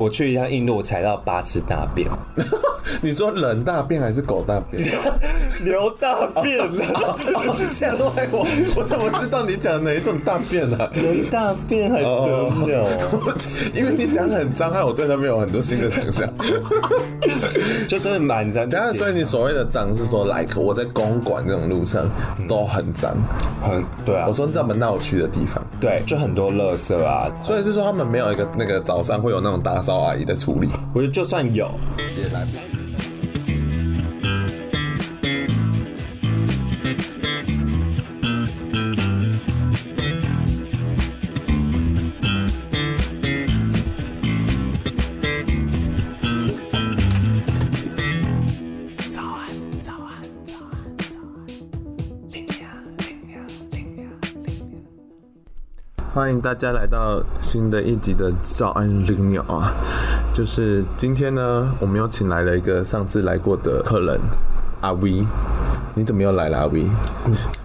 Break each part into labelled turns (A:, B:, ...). A: 我去一趟印度，我踩到八次大便，
B: 你说人大便还是狗大便？
A: 牛大便啦，
B: 现在都害我，我怎么知道你讲哪一种大便呢、啊？
A: 人大便还得了？
B: 因为你讲很脏，害我对那边有很多新的想 象。
A: 就真的蛮脏。
B: 等一下，所以你所谓的脏是说，like 我在公馆这种路上都很脏。
A: 很对啊
B: 我，说这么闹区的地方，
A: 对，就很多垃圾啊。
B: 所以是说他们没有一个那个早上会有那种打扫阿姨的处理，
A: 我觉得就算有，
B: 也来不及。欢迎大家来到新的一集的早安灵鸟啊！就是今天呢，我们又请来了一个上次来过的客人阿 V，你怎么又来了阿 V？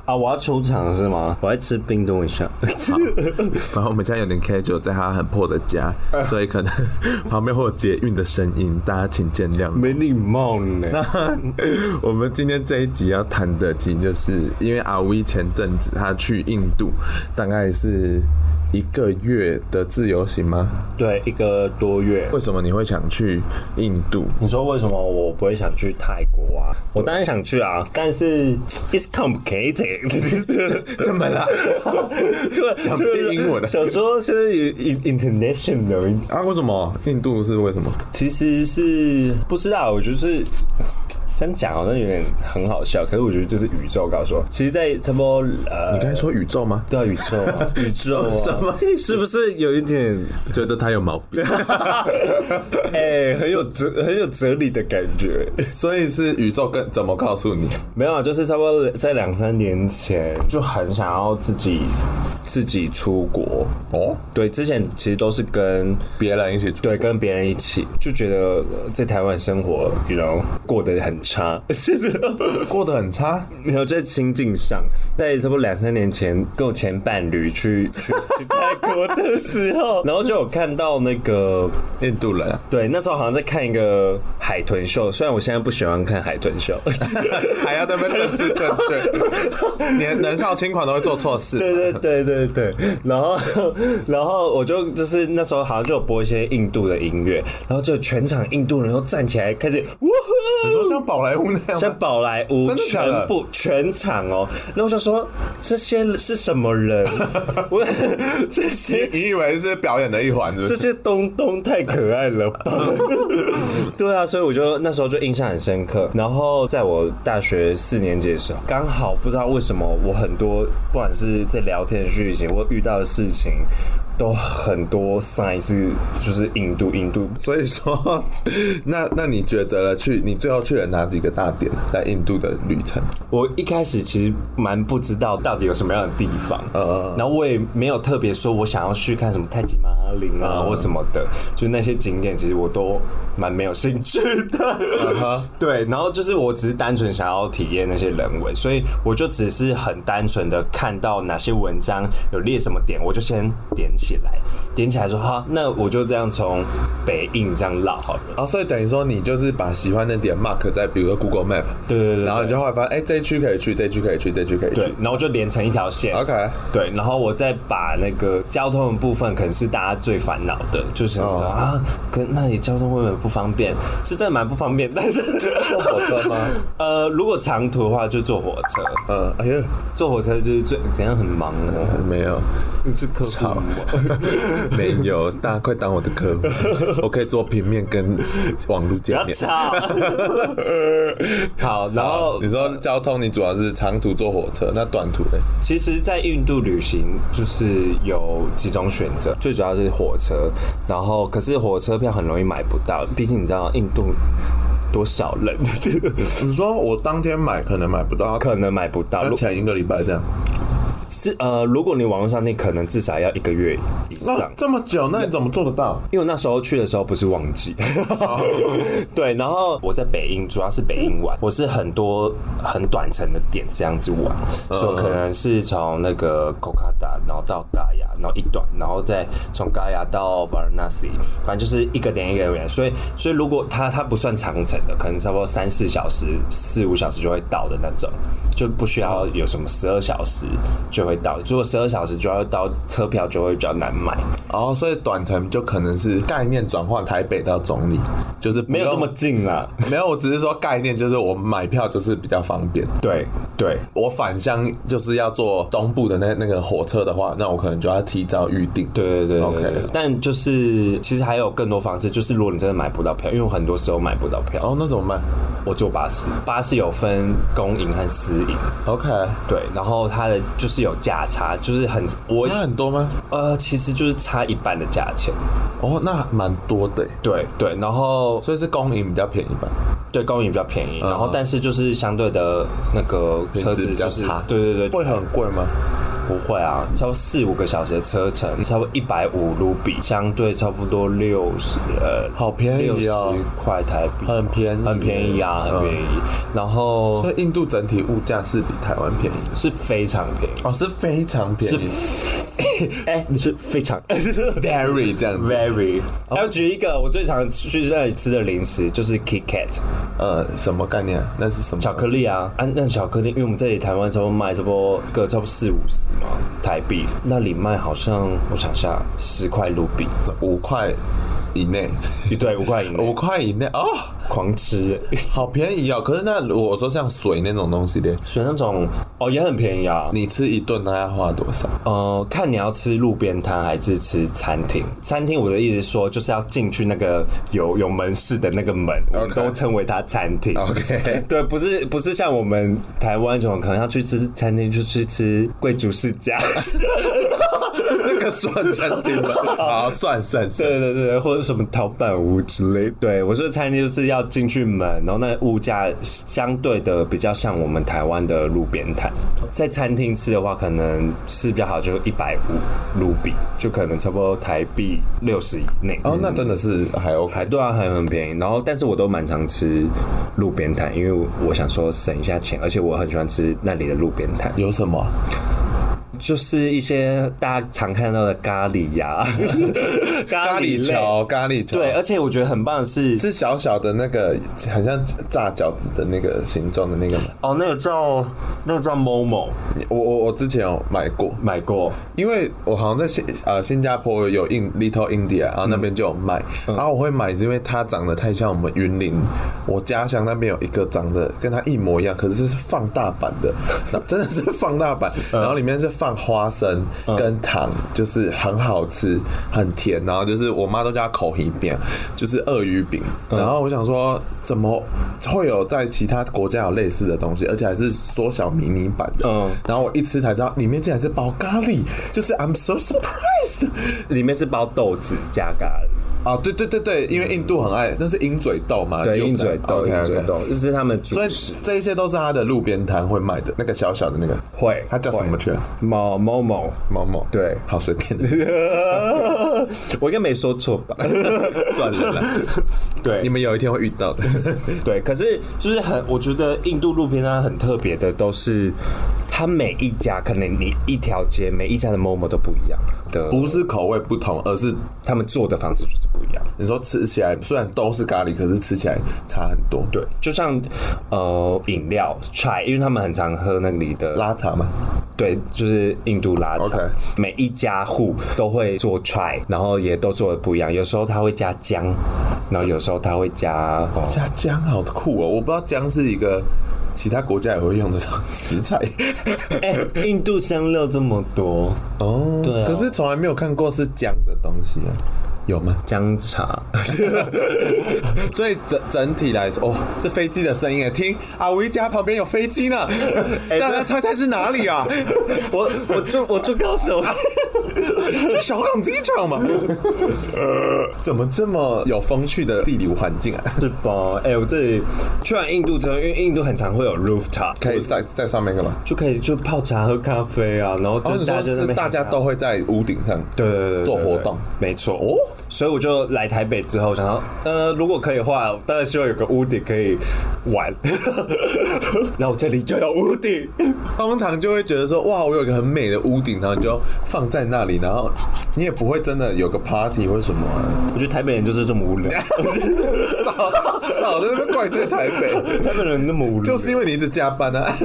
A: 啊，我要出场是吗？我要吃冰冻一下。
B: 然后我们现在有点 casual，在他很破的家，所以可能 旁边会有捷运的声音，大家请见谅。
A: 没礼貌呢。
B: 我们今天这一集要谈的，其实就是因为阿威前阵子他去印度，大概是一个月的自由行吗？
A: 对，一个多月。
B: 为什么你会想去印度？
A: 你说为什么我不会想去泰国啊？我当然想去啊，但是 it's complicated，
B: 怎么了？
A: 就
B: 讲遍英文了
A: 想说现在有 international，
B: 啊，为什么印度是为什么？
A: 其实是不知道，我就是。这样讲好像有点很好笑，可是我觉得就是宇宙告诉我，其实，在差不多
B: 你刚
A: 呃，
B: 才说宇宙吗？
A: 对啊，宇宙 啊，宇宙啊，
B: 什么意思？
A: 是不是有一点
B: 觉得他有毛病，
A: 啊 哎、很有哲很有哲理的感觉。
B: 所以是宇宙跟怎么告诉你？
A: 没有啊，就是差不多在两三年前就很想要自己自己出国。
B: 哦，
A: 对，之前其实都是跟
B: 别人一起出。
A: 对跟别人一起，就觉得呃在台湾生活，然后过得很差，
B: 过得很差，
A: 没有在心境上，在差不多两三年前跟我前伴侣去去去泰国的时候， 然后就有看到那个
B: 印度人啊
A: 对，那时候好像在看一个海豚秀，虽然我现在不喜欢看海豚秀，
B: 还要那边政治正 确，连年少轻狂都会做错事。
A: 对对对对对，然后然后我就就是那时候好像就有播一些印度的音乐，然后就全场印度人都站起来开始，哇
B: 你说像宝莱坞那样吗，
A: 像宝莱坞
B: 真的假的
A: 全部全场哦，然后我就说这些是什么人？ 我这些
B: 你以为是表演的一环，是不
A: 这
B: 是？
A: 些 东东太可爱了吧？ 对啊，所以我就那时候就印象很深刻。然后在我大学四年级的时候，刚好不知道为什么，我很多不管是在聊天的事情或遇到的事情，都很多 sign 是就是印度印度。
B: 所以说， 那那你觉得了去，你最后去了哪几个大点在印度的旅程？
A: 我一开始其实蛮不知道到底有什么样的地方，
B: 呃
A: 然后我也没有特别说我想要去看什么泰姬玛哈陵
B: 嗯
A: 啊或什么的，就那些景点其实我都蛮没有兴趣的。
B: 嗯
A: 对，然后就是我只是单纯想要体验那些人文，所以我就只是很单纯的看到哪些文章有列什么点，我就先点起来，点起来说好，那我就这样从北印这样绕好了。
B: 然后所以等于说，你就是把喜欢的点 mark 在，比如说 Google Map，
A: 对对对对
B: 然后你就会发现，哎、这一区可以去，这一区可以去，这一区可以
A: 对
B: 去。，
A: 然后就连成一条线。
B: OK，
A: 对，然后我再把那个交通的部分，可能是大家最烦恼的，就是、
B: 哦
A: 啊，可那里交通会不会不方便？是真的蛮不方便，但 是
B: 坐火车 吗？
A: 呃，如果长途的话就坐火车，
B: 呃，哎呦，
A: 坐火车就是最怎样很忙哦，
B: 没有，
A: 是客户
B: 好
A: 吗
B: 没有，大家快当我的客户， 我可以做平面跟网络
A: 不
B: 界
A: 要
B: 面。
A: 吵。 好，然后
B: 你说交通，你主要是长途坐火车，那短途嘞？
A: 其实，在印度旅行就是有几种选择，最主要是火车，然后可是火车票很容易买不到，毕竟你知道印度多少人，
B: 你说我当天买可能买不到，
A: 可能买不到。
B: 那
A: 如
B: 前一个礼拜这样，
A: 是呃，如果你网络上订，可能至少要一个月以
B: 那
A: 上。
B: 哦这么久，那你怎么做得到？
A: 因为我那时候去的时候不是旺季， 对，然后我在北英，主要是北英玩，我是很多很短程的点这样子玩，所以我可能是从那个 Kolkata 然后到嘎雅，然后一段，然后再从嘎雅到巴尔纳西，反正就是一个点一个点。所以，所以如果它它不算长程的，可能差不多三四小时、四五小时就会到的那种，就不需要有什么十二小时就会到。如果十二小时就要到，车票就会比较难买。
B: 哦，所以短程就可能是概念转换，台北到总理就是不
A: 没有
B: 用
A: 这么近啦，
B: 没有，我只是说概念，就是我买票就是比较方便。
A: 对对，
B: 我反向就是要坐中部的那那个火车的话，那我可能就要提早预定。
A: 对对对
B: OK
A: 对对但就是其实还有更多方式，就是如果你真的买不到票，因为我很多时候买不到票，
B: 哦，那怎么办
A: 我坐巴士，巴士有分公营和私营，
B: ？OK，
A: 对，然后它的就是有价差，就是很我
B: 差很多吗？
A: 呃其实就是差一半的价钱，
B: 哦，那蛮多的耶，欸
A: 对对，然后
B: 所以是公营比较便宜吧？
A: 对公营比较便宜，然后但是就是相对的那个车子
B: 嗯品质比较
A: 就是
B: 差
A: 对对对，
B: 会很贵吗？
A: 不会啊，差不多四五个小时的车程，差不多一百五卢比，相对差不多六十呃，
B: 好便
A: 六
B: 宜
A: 十
B: 哦
A: 块台币，
B: 很便宜哦
A: 很便宜啊，很便宜。然后
B: 所以印度整体物价是比台湾便宜的
A: 是非常便宜，
B: 哦，是非常便宜
A: 哎、你是非常
B: ，very 这样子。
A: very。还要举一个我最常去那里吃的零食，就是 Kit Kat
B: 呃，什么概念啊？那是什么？
A: 巧克力啊，啊，那巧克力，因为我们这里台湾差不多卖差不多一个差不多四五十嘛台币，那里卖好像我想一下，十块卢比，
B: 五块以内，
A: 对，五块 以
B: 五
A: 内
B: 块以内哦。
A: 狂吃、
B: 好便宜哦！可是那如果说像水那种东西的，
A: 选那种哦也很便宜啊。
B: 你吃一顿它要花多少？
A: 呃，看你要吃路边摊还是吃餐厅。餐厅我的意思是说，就是要进去那个有有门市的那个门我们
B: OK
A: 都称为它餐厅。
B: OK
A: 对，不是不是像我们台湾这种，可能要去吃餐厅就去吃贵族世 家，
B: 那个算餐厅吗？ 好，算算算。
A: 对对对，或者什么陶板屋之类。对我说餐厅就是要进去门，然后那个物价相对的比较像我们台湾的路边摊。在餐厅吃的话，可能吃比较好，就一百五卢比，就可能差不多台币六十以内。嗯
B: 哦，那真的是还 OK。
A: 还对啊，还很便宜。然后，但是我都蛮常吃路边摊，因为我我想说省一下钱，而且我很喜欢吃那里的路边摊，
B: 有什么？
A: 就是一些大家常看到的咖喱呀、
B: 咖
A: 咖类
B: 喱球，咖喱球。
A: 对，，而且我觉得很棒的是，
B: 是小小的那个，很像炸饺子的那个形状的那个吗？
A: 哦，那个叫那个叫 Momo，
B: 你我我我之前有买过，
A: 买过，
B: 因为我好像在新呃新加坡有 in Little India，然后那边就有卖，然后我会买是因为它长得太像我们云林，我家乡那边有一个长得跟它一模一样，可是是放大版的，那真的是放大版，然后里面是放花生跟糖，就是很好吃，很甜，然后就是我妈都叫它口皮饼，就是鳄鱼饼，然后我想说怎么会有在其他国家有类似的东西，而且还是缩小迷你版的，
A: 嗯
B: 然后我一吃才知道里面竟然是包咖喱，就是 I'm so surprised
A: 里面是包豆子加咖喱，
B: 啊！对对对对，因为印度很爱，那是鹰嘴豆嘛，
A: 对，
B: 就
A: 鹰嘴豆，
B: OK，OK
A: 鹰嘴。豆，这是他们主
B: 所以
A: 食。
B: 这一些都是他的路边摊会卖的，那个小小的那个，
A: 会，
B: 它叫什么去啊？
A: 某某 某，
B: 某某
A: 对
B: 好随 便的，
A: 我应该没说错吧？
B: 算了啦，
A: 对
B: 你们有一天会遇 到的。
A: 对，可是就是很，我觉得印度路边摊很特别的，都是它每一家，可能你一条街每一家的 Momo 都不一样的，
B: 不是口味不同，而是
A: 他们做的方式就是不一样。
B: 你说吃起来虽然都是咖喱，可是吃起来差很多。
A: 对，就像呃饮料 chai，因为他们很常喝那里的
B: 拉茶嘛，
A: 对，就是印度拉茶
B: OK
A: 每一家户都会做 try，然后也都做的不一样。有时候他会加姜，然后有时候他会加、哦
B: 加姜好酷哦！我不知道姜是一个其他国家也会用得到食材。
A: 哎、印度香料这么多，
B: 哦，
A: 对啊
B: 可是从来没有看过是姜的东西啊，有吗？
A: 姜 茶，嗯
B: 所以整整体来说，哦，是飞机的声音耶，听阿维家旁边有飞机呢，
A: 哎
B: 大家猜猜是哪 里啊？
A: 我我住我住高雄，
B: 小港机场嘛。
A: 呃
B: 怎么这么有风趣的地理环境啊？
A: 是吧？哎、我这里去完印度之后，因为印度很常会有 rooftop，
B: 可以在在上面干嘛？
A: 就可以就泡茶喝咖啡啊，然后
B: 哦，
A: 就
B: 你
A: 大家
B: 说
A: 就在那
B: 是
A: 边
B: 大家
A: hang out
B: 都会在屋顶上
A: 对对对对对
B: 做活动
A: 没错
B: 哦，
A: 所以我就来台北之后，想到，呃，如果可以的话，我当然希望有个屋顶可以 玩。那我这里就有屋顶，
B: 通常就会觉得说，哇，我有一个很美的屋顶，然后你就放在那里，然后你也不会真的有个 party 或什么、 啊。
A: 我觉得台北人就是这么无聊，
B: 少少在那边怪罪台北，
A: 台北人那么无聊，
B: 就是因为你一直加班啊。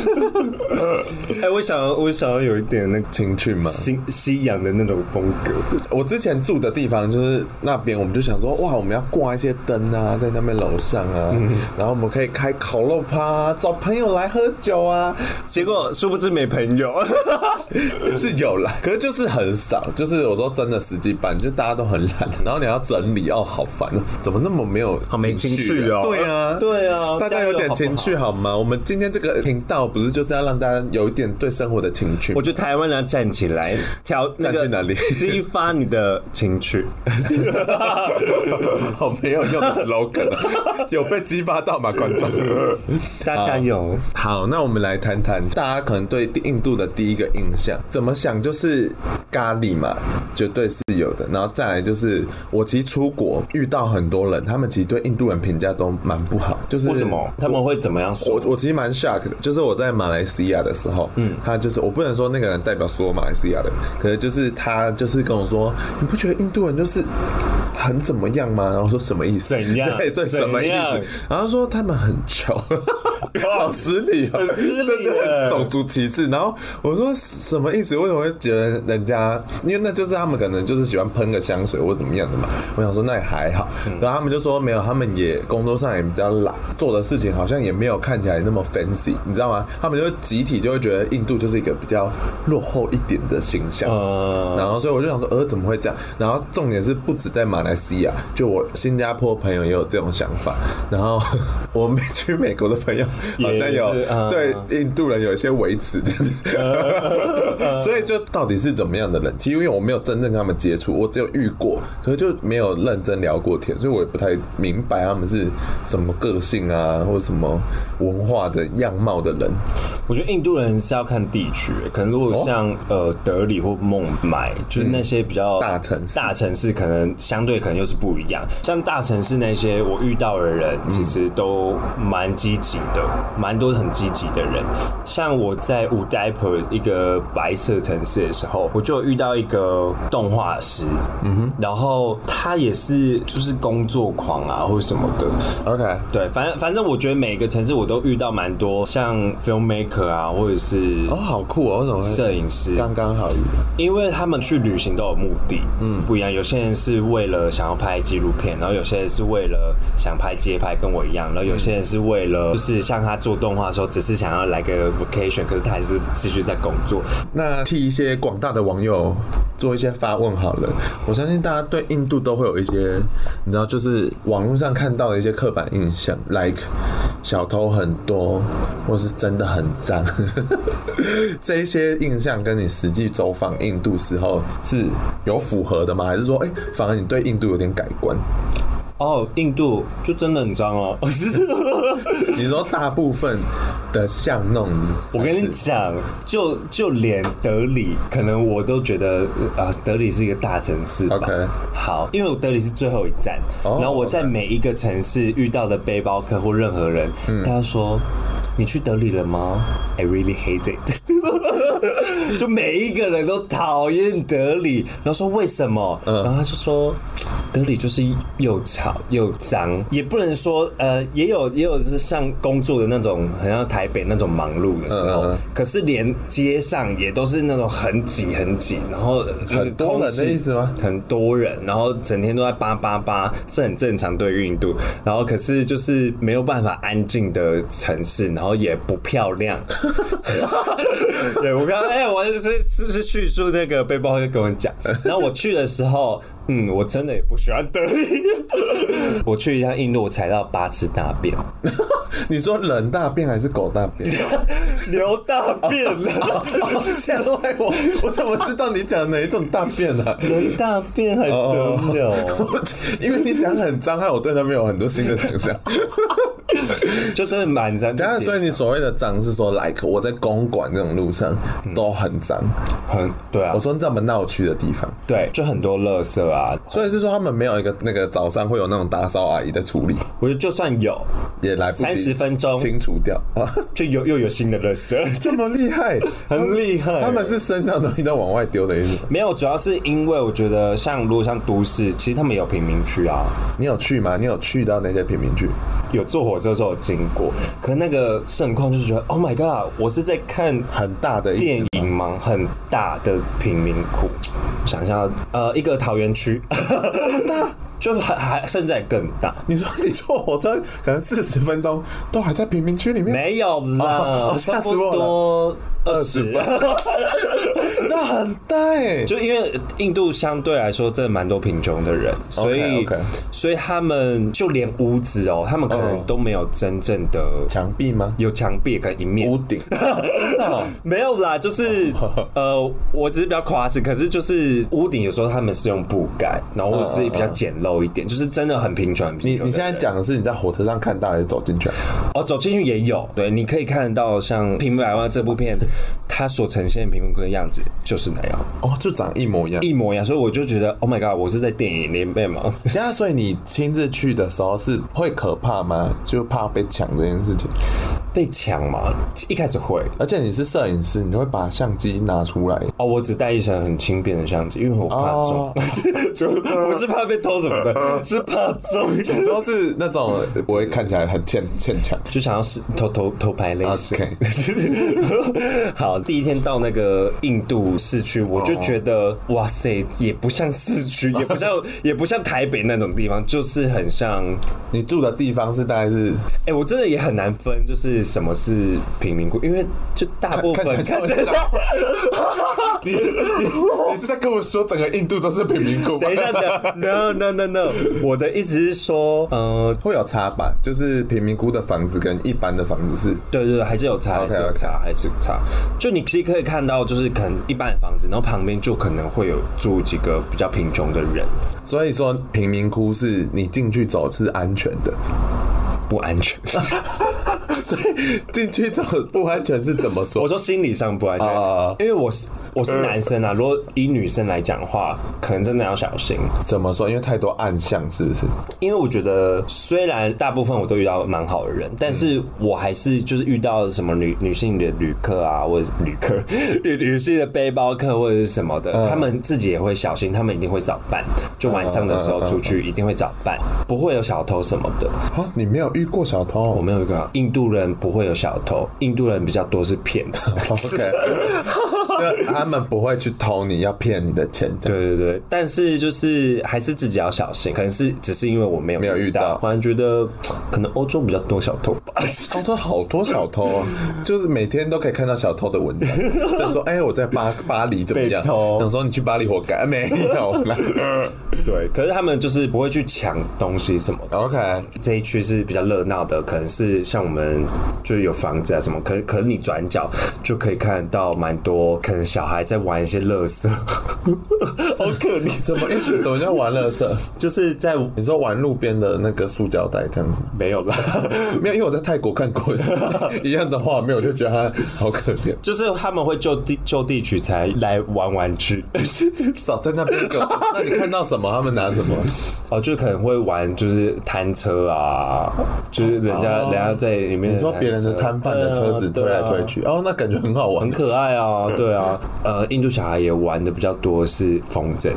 A: 哎、我想要，我想要有一点那个
B: 情趣嘛，
A: 西西洋的那种风格，
B: 我之前住的地方就是那边，我们就想说，哇，我们要挂一些灯啊，在那边楼上啊，然后我们可以开烤肉趴、啊，找朋友来喝酒啊，
A: 结果殊不知没朋 友。
B: 是有啦，可是就是很少，就是我说真的实际办，就大家都很懒，然后你要整理，哦，好烦哦，怎么那么没有
A: 好没情
B: 趣
A: 趣哦
B: 对啊，
A: 对啊
B: 大家有点情趣好吗？我们今天这个频道不是就是要让大家有一点对生活的情趣吗？
A: 我觉得台湾人要站起来，调那个
B: 站去哪里
A: 激发你的情趣。
B: 好哦没有用的 slogan，啊 有被激发到吗？观众。
A: 大家有
B: 好，那我们来谈谈大家可能对印度的第一个印象，怎么想就是咖喱嘛，绝对是有的。然后再来就是，我其实出国遇到很多人，他们其实对印度人评价都蛮不好，就是
A: 为什么他们会怎么样说
B: 我？我其实蛮 shock 的，就是我在马来西亚的时候，嗯，他就是我不能说那个人代表所有马来西亚的，可是就是他就是跟我说，你不觉得印度人就是很怎么样吗？然后我说什么意思？
A: 怎样
B: 对对，
A: 怎
B: 什么意
A: 样
B: 思？然后说他们很 穷，好失礼哦，
A: 很失礼耶
B: 真的很种族歧视。然后我说什么意思？为什么会觉得人家？因为那就是他们可能就是喜欢喷个香水或怎么样的嘛。我想说那也还好，然后他们就说没有，他们也工作上也比较懒，做的事情好像也没有看起来那么 fancy，你知道吗？他们就集体就会觉得印度就是一个比较落后一点的形象。
A: 呃，
B: 然后所以我就想说，呃，怎么会这样？然后重点是不止在马来西亚，就我新加坡朋友也有这种想法，然后我们去美国的朋友好像有
A: 也是嗯
B: 对印度人有一些维持这样
A: 嗯
B: 子， 所以就到底是怎么样的人？其实因为我没有真正跟他们接触，我只有遇过，可是就没有认真聊过天，所以我也不太明白他们是什么个性啊，或者什么文化的样貌的人。
A: 我觉得印度人是要看地区，可能如果像、
B: 哦
A: 呃德里或孟买，就是那些比较、
B: 嗯大城市
A: 大城市可能相对可能又是不一样。像大城市那些我遇到的人，
B: 嗯
A: 其实都蛮积极的，蛮多很积极的人。像我在五代普一个白色城市的时候，我就有遇到一个动画师，嗯哼，然后他也是就是工作狂啊或什么的，
B: OK，
A: 对，反正反正我觉得每个城市我都遇到蛮多像 filmmaker 啊，或者是
B: 哦，好酷哦，我怎么会
A: 摄影师，
B: 刚刚好遇到？
A: 因为他们去旅行都有目的，嗯，不一样。有些人是为了想要拍纪录片，然后有些人是为了想拍街拍，跟我一样，然后有些
B: 嗯
A: 人是为了就是像他做动画的时候，只是想要来个 vacation，可是他还是继续在工作。
B: 那替一些广大的网友做一些发问好了，我相信大家对印度都会有一些，你知道，就是网络上看到的一些刻板印象，like 小偷很多，或是真的很脏， 这一些印象跟你实际走访印度时候是有符合的吗？还是说，哎、反而你对印度有点改观？
A: 哦，印度就真的很脏哦，
B: 你说大部分的巷弄，
A: 我跟你讲，就就连德里，可能我都觉得啊、德里是一个大城市吧。
B: OK
A: 好，因为我德里是最后一站
B: 哦
A: 然后我在每一个城市遇到的背包客或任何人，
B: 嗯
A: 他说。你去德里了吗？I really hate it 。 就每一个人都讨厌德里，然后说为什么？
B: 嗯
A: 然后他就说，德里就是又吵又脏，也不能说呃，也有也有就是像工作的那种，很像台北那种忙碌的时候，
B: 嗯嗯嗯
A: 可是连街上也都是那种很挤很挤，然后
B: 很多人的意思吗？
A: 很多人，然后整天都在叭叭叭，这很正常对于印度。然后可是就是没有办法安静的城市，然后也不漂 亮，对，我刚哎、我是是是是叙述那个背包客跟我讲，然后我去的时候，嗯，我真的也不喜欢德里。 我去一趟印度，我踩到八次大便，
B: 你说人大便还是狗大便？
A: 牛大便 了，
B: 吓坏我！我怎么知道你讲哪一种大便呢、啊？
A: 人大便还
B: 哦
A: 得了？
B: 因为你讲很脏，害我对他们有很多新的想象。
A: 就真的蛮脏。
B: 当然，所以你所谓的脏是说，like 我在公馆那种路上都很脏。
A: 很对啊
B: 我，说在我们闹区的地方，
A: 对，就很多垃圾啊。
B: 所以是说他们没有一个那个早上会有那种打扫阿姨在处理，
A: 我觉得就算有，
B: 也来不及
A: 30分钟
B: 清除掉 啊，
A: 就有又有新的垃圾，
B: 这么厉害，
A: 很厉害。
B: 他们是身上东西都往外丢的意思吗。
A: 没有，主要是因为我觉得像如果像都市，其实他们也有贫民区啊，
B: 你有去吗？你有去到那些贫民区？
A: 有坐火车的时候有经过，可那个盛况就是觉得，Oh my god，我是在看
B: 很大的一只
A: 电影嘛，很大的贫民窟。想一下，呃，一个桃园区， 大，就还还甚至还更大。
B: 你说你坐火车可能四十分钟都还在贫民区里面，
A: 没有啦，
B: 哦哦吓
A: 差
B: 死
A: 不
B: 我了
A: 多二十
B: 20。那很大哎、
A: 就因为印度相对来说真的蛮多贫穷的人，所以
B: OK，OK
A: 所以他们就连屋子哦，他们可能
B: 嗯
A: 都没有真正的
B: 墙壁吗？
A: 有墙壁跟一面
B: 屋顶，真的哦
A: 没有啦，就是 呃，我只是比较夸张，可是就是屋顶有时候他们是用布盖，然后或者是比较简陋一点，就是真的很贫穷。很贫
B: 你
A: 穷
B: 嗯你
A: 的
B: 现在
A: 人
B: 讲的是你在火车上看到还是走进去啊？
A: 哦，走进去也有，对，你可以看得到像《平凡百万》这部 片，它所呈现的贫民窟的样子就是那样，
B: 哦，就长一模一样。
A: 一模一样，所以我就觉得 Oh my God，我是在电影里面吗？
B: 那所以你亲自去的时候是会可怕吗？就怕被抢这件事情，
A: 被抢嘛，一开始会。
B: 而且你是摄影师，你会把相机拿出来。
A: 哦，我只带一身很轻便的相机，因为我怕重
B: 哦，
A: 就 不是怕被偷什么的，是怕重。
B: 都是那种我会看起来很欠 欠强，
A: 就想要是偷偷偷拍类似。
B: OK
A: 好，第一天到那个印度市区，我就觉
B: 哦
A: 得、哇塞，也不像市 区，也不像也不像台北那种地方，就是很像。
B: 你住的地方是大概是
A: 哎、我真的也很难分，就是什么是贫民窟，因为就大部分
B: 看起来
A: 看起来
B: 都很你你你是在跟我说整个印度都是贫民窟吗？
A: 等一下，等一下，no no no no，我的意思是说，呃，
B: 会有差吧？就是贫民窟的房子跟一般的房子是
A: 对对，对，还是有差，还
B: OK，
A: 是有
B: OK
A: 差，还是有差。就你其实可以看到，就是可能一般的房子，然后旁边就可能会有住几个比较贫穷的人，
B: 所以说贫民窟是你进去走是安全的，
A: 不安全。
B: 所以进去走不安全是怎么
A: 我
B: 说？
A: 说心理上不安全
B: 啊
A: 因为我是我是男生啊，如果以女生来讲的话，可能真的要小心，
B: 怎么说？因为太多暗巷，是不是？
A: 因为我觉得虽然大部分我都遇到蛮好的人，但是我还是就是遇到什么女女性的旅客啊，或者是旅客 女女性的背包客或者是什么的，
B: 嗯
A: 他们自己也会小心，他们一定会找伴，就晚上的时候出去一定会找
B: 嗯
A: 伴，不会有小偷什么的。
B: 啊，你没有遇过小偷
A: 我
B: 哦、
A: 没有一个印度人不会有小偷，印度人比较多是骗 子。
B: OK，就他们不会去偷你，要骗你的钱。对，
A: 对对对，但是就是还是自己要小心，可能是只是因为我没有
B: 没有遇到
A: 反正觉得可能欧洲比较多小偷吧。
B: 欧洲好多小偷啊，就是每天都可以看到小偷的 文章，在说哎、我在巴巴黎怎么样？
A: 被偷
B: 想说你去巴黎活该，啊没有 啦。
A: 对，可是他们就是不会去抢东西什么的。
B: OK，
A: 这一区是比较热闹的，可能是像我们就是有房子啊什么，可可能你转角就可以看到蛮多，可能小孩在玩一些乐色，好可怜，
B: 什么意思？什么叫玩乐色？
A: 就是在
B: 你说玩路边的那个塑胶袋这样子？
A: 没有啦，
B: 没有，因为我在泰国看过一样的画面，我就觉得他好可怜，
A: 就是他们会就地就地取材来玩玩具。
B: 少在那边给我。 那你看到什么？他们 拿什么？
A: 哦，就可能会玩就是摊车啊，就是人家、
B: 哦
A: 人家在里面啊
B: 你说别人的摊贩的车子推来推
A: 去，
B: 去，哦，那感觉很好玩
A: 很可爱啊，
B: 嗯
A: 对啊，呃，印度小孩也玩的比较多是风筝，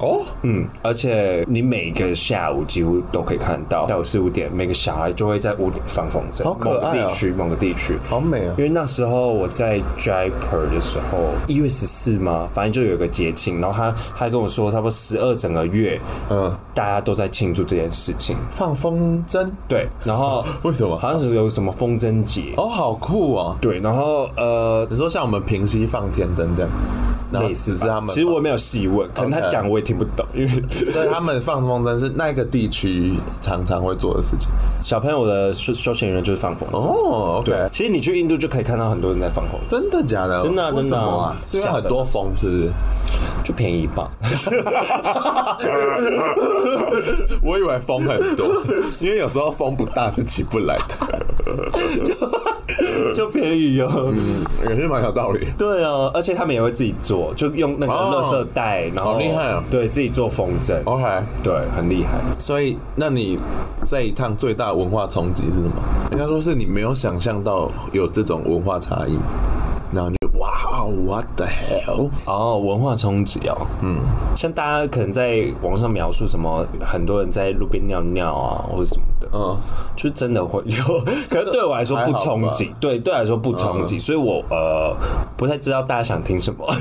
B: 哦。
A: 嗯，而且你每个下午几乎都可以看到，下午四五点每个小孩就会在屋顶放风筝，
B: 好可
A: 某
B: 爱哦
A: 个地区某个地区。
B: 好美啊
A: 因！为那时候我在 Jaipur 的时候，一月十四嘛，反正就有一个节庆，然后他他跟我说，差不多十二整个月，
B: 嗯，
A: 大家都在庆祝这件事情。
B: 放风筝
A: 对，然后
B: 为什么
A: 好像是有什么风筝节。
B: 哦，好酷哦！
A: 对，然后呃，
B: 你说像我们平息放天灯这样，然后
A: 类似吧
B: 只是他们
A: 啊其实我也没有细问，可能他
B: OK
A: 讲我也听不懂，因为
B: 所以他们放风筝是那个地区常常会做的事情。
A: 小朋友的休休闲娱乐就是放风筝。
B: 哦，OK，
A: 其实你去印度就可以看到很多人在放风筝，
B: 真的假的？
A: 真的啊
B: 为什么啊
A: 真的啊
B: 是因为很多风是不是？
A: 就便宜吧。
B: 我以为风很多， 因为有时候风不大是起不来 的，
A: 就便宜哦。
B: 也是蛮有道理。
A: 对啊，而且他们也会自己做，就用那个
B: 哦
A: 垃圾袋，然后
B: 好厉害哦
A: 对自己做风筝，
B: OK，
A: 对，很厉害。
B: 所以那你这一趟最大的文化冲击是什么？应该说是你没有想象到有这种文化差异，然后你就哇，what the hell？
A: 哦，文化冲击哦，嗯，像大家可能在网上描述什么，很多人在路边尿尿啊，或者什么的，
B: 嗯，
A: 就真的会有，可是对我来说不冲
B: 还好嗯
A: 击，对对我来说不冲击，所以我呃不太知道大家想听什么。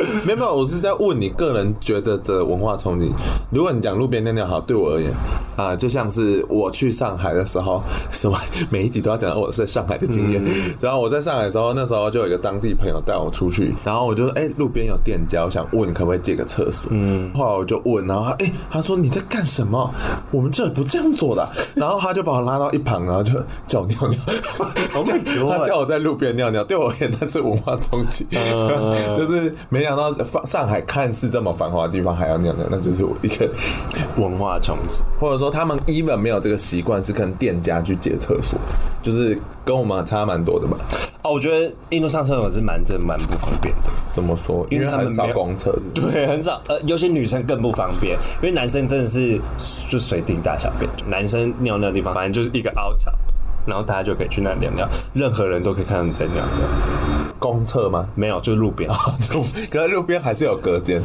B: 没有没有，我是在问你个人觉得的文化冲击。如果你讲路边尿尿，好，对我而言啊、就像是我去上海的时候，什么每一集都要讲到我在上海的经验。然后我在上海的时候，那时候就有一个当地朋友带我出去，然后我就哎、路边有店家，我想问可不可以借个厕所。嗯，后来我就问，然后他哎、他说你在干什么？我们这儿不这样做的啊。然后他就把我拉到一旁，然后就叫我尿尿。
A: Oh my god
B: 他 叫我在路边尿尿，对我而言那是文化冲击。
A: 嗯
B: 就是没想到上上海看似这么繁华的地方还要尿尿，那就是我一个，
A: 文化冲击，
B: 或者说他们 even 没有这个习惯，是跟店家去借厕所，就是跟我们差蛮多的吧？
A: 哦，我觉得印度上厕所是蛮真蛮不方便的，
B: 怎么说？因
A: 因为
B: 为
A: 他们
B: 很少
A: 没有
B: 公厕，是不是
A: 对，很少，呃，尤其女生更不方便，因为男生真的是就随地大小便，男生尿尿的地方反正就是一个凹槽，然后大家就可以去那尿尿，任何人都可以看到你在尿尿，
B: 公厕吗？
A: 没有，就路边，
B: 可是路边还是有隔 间，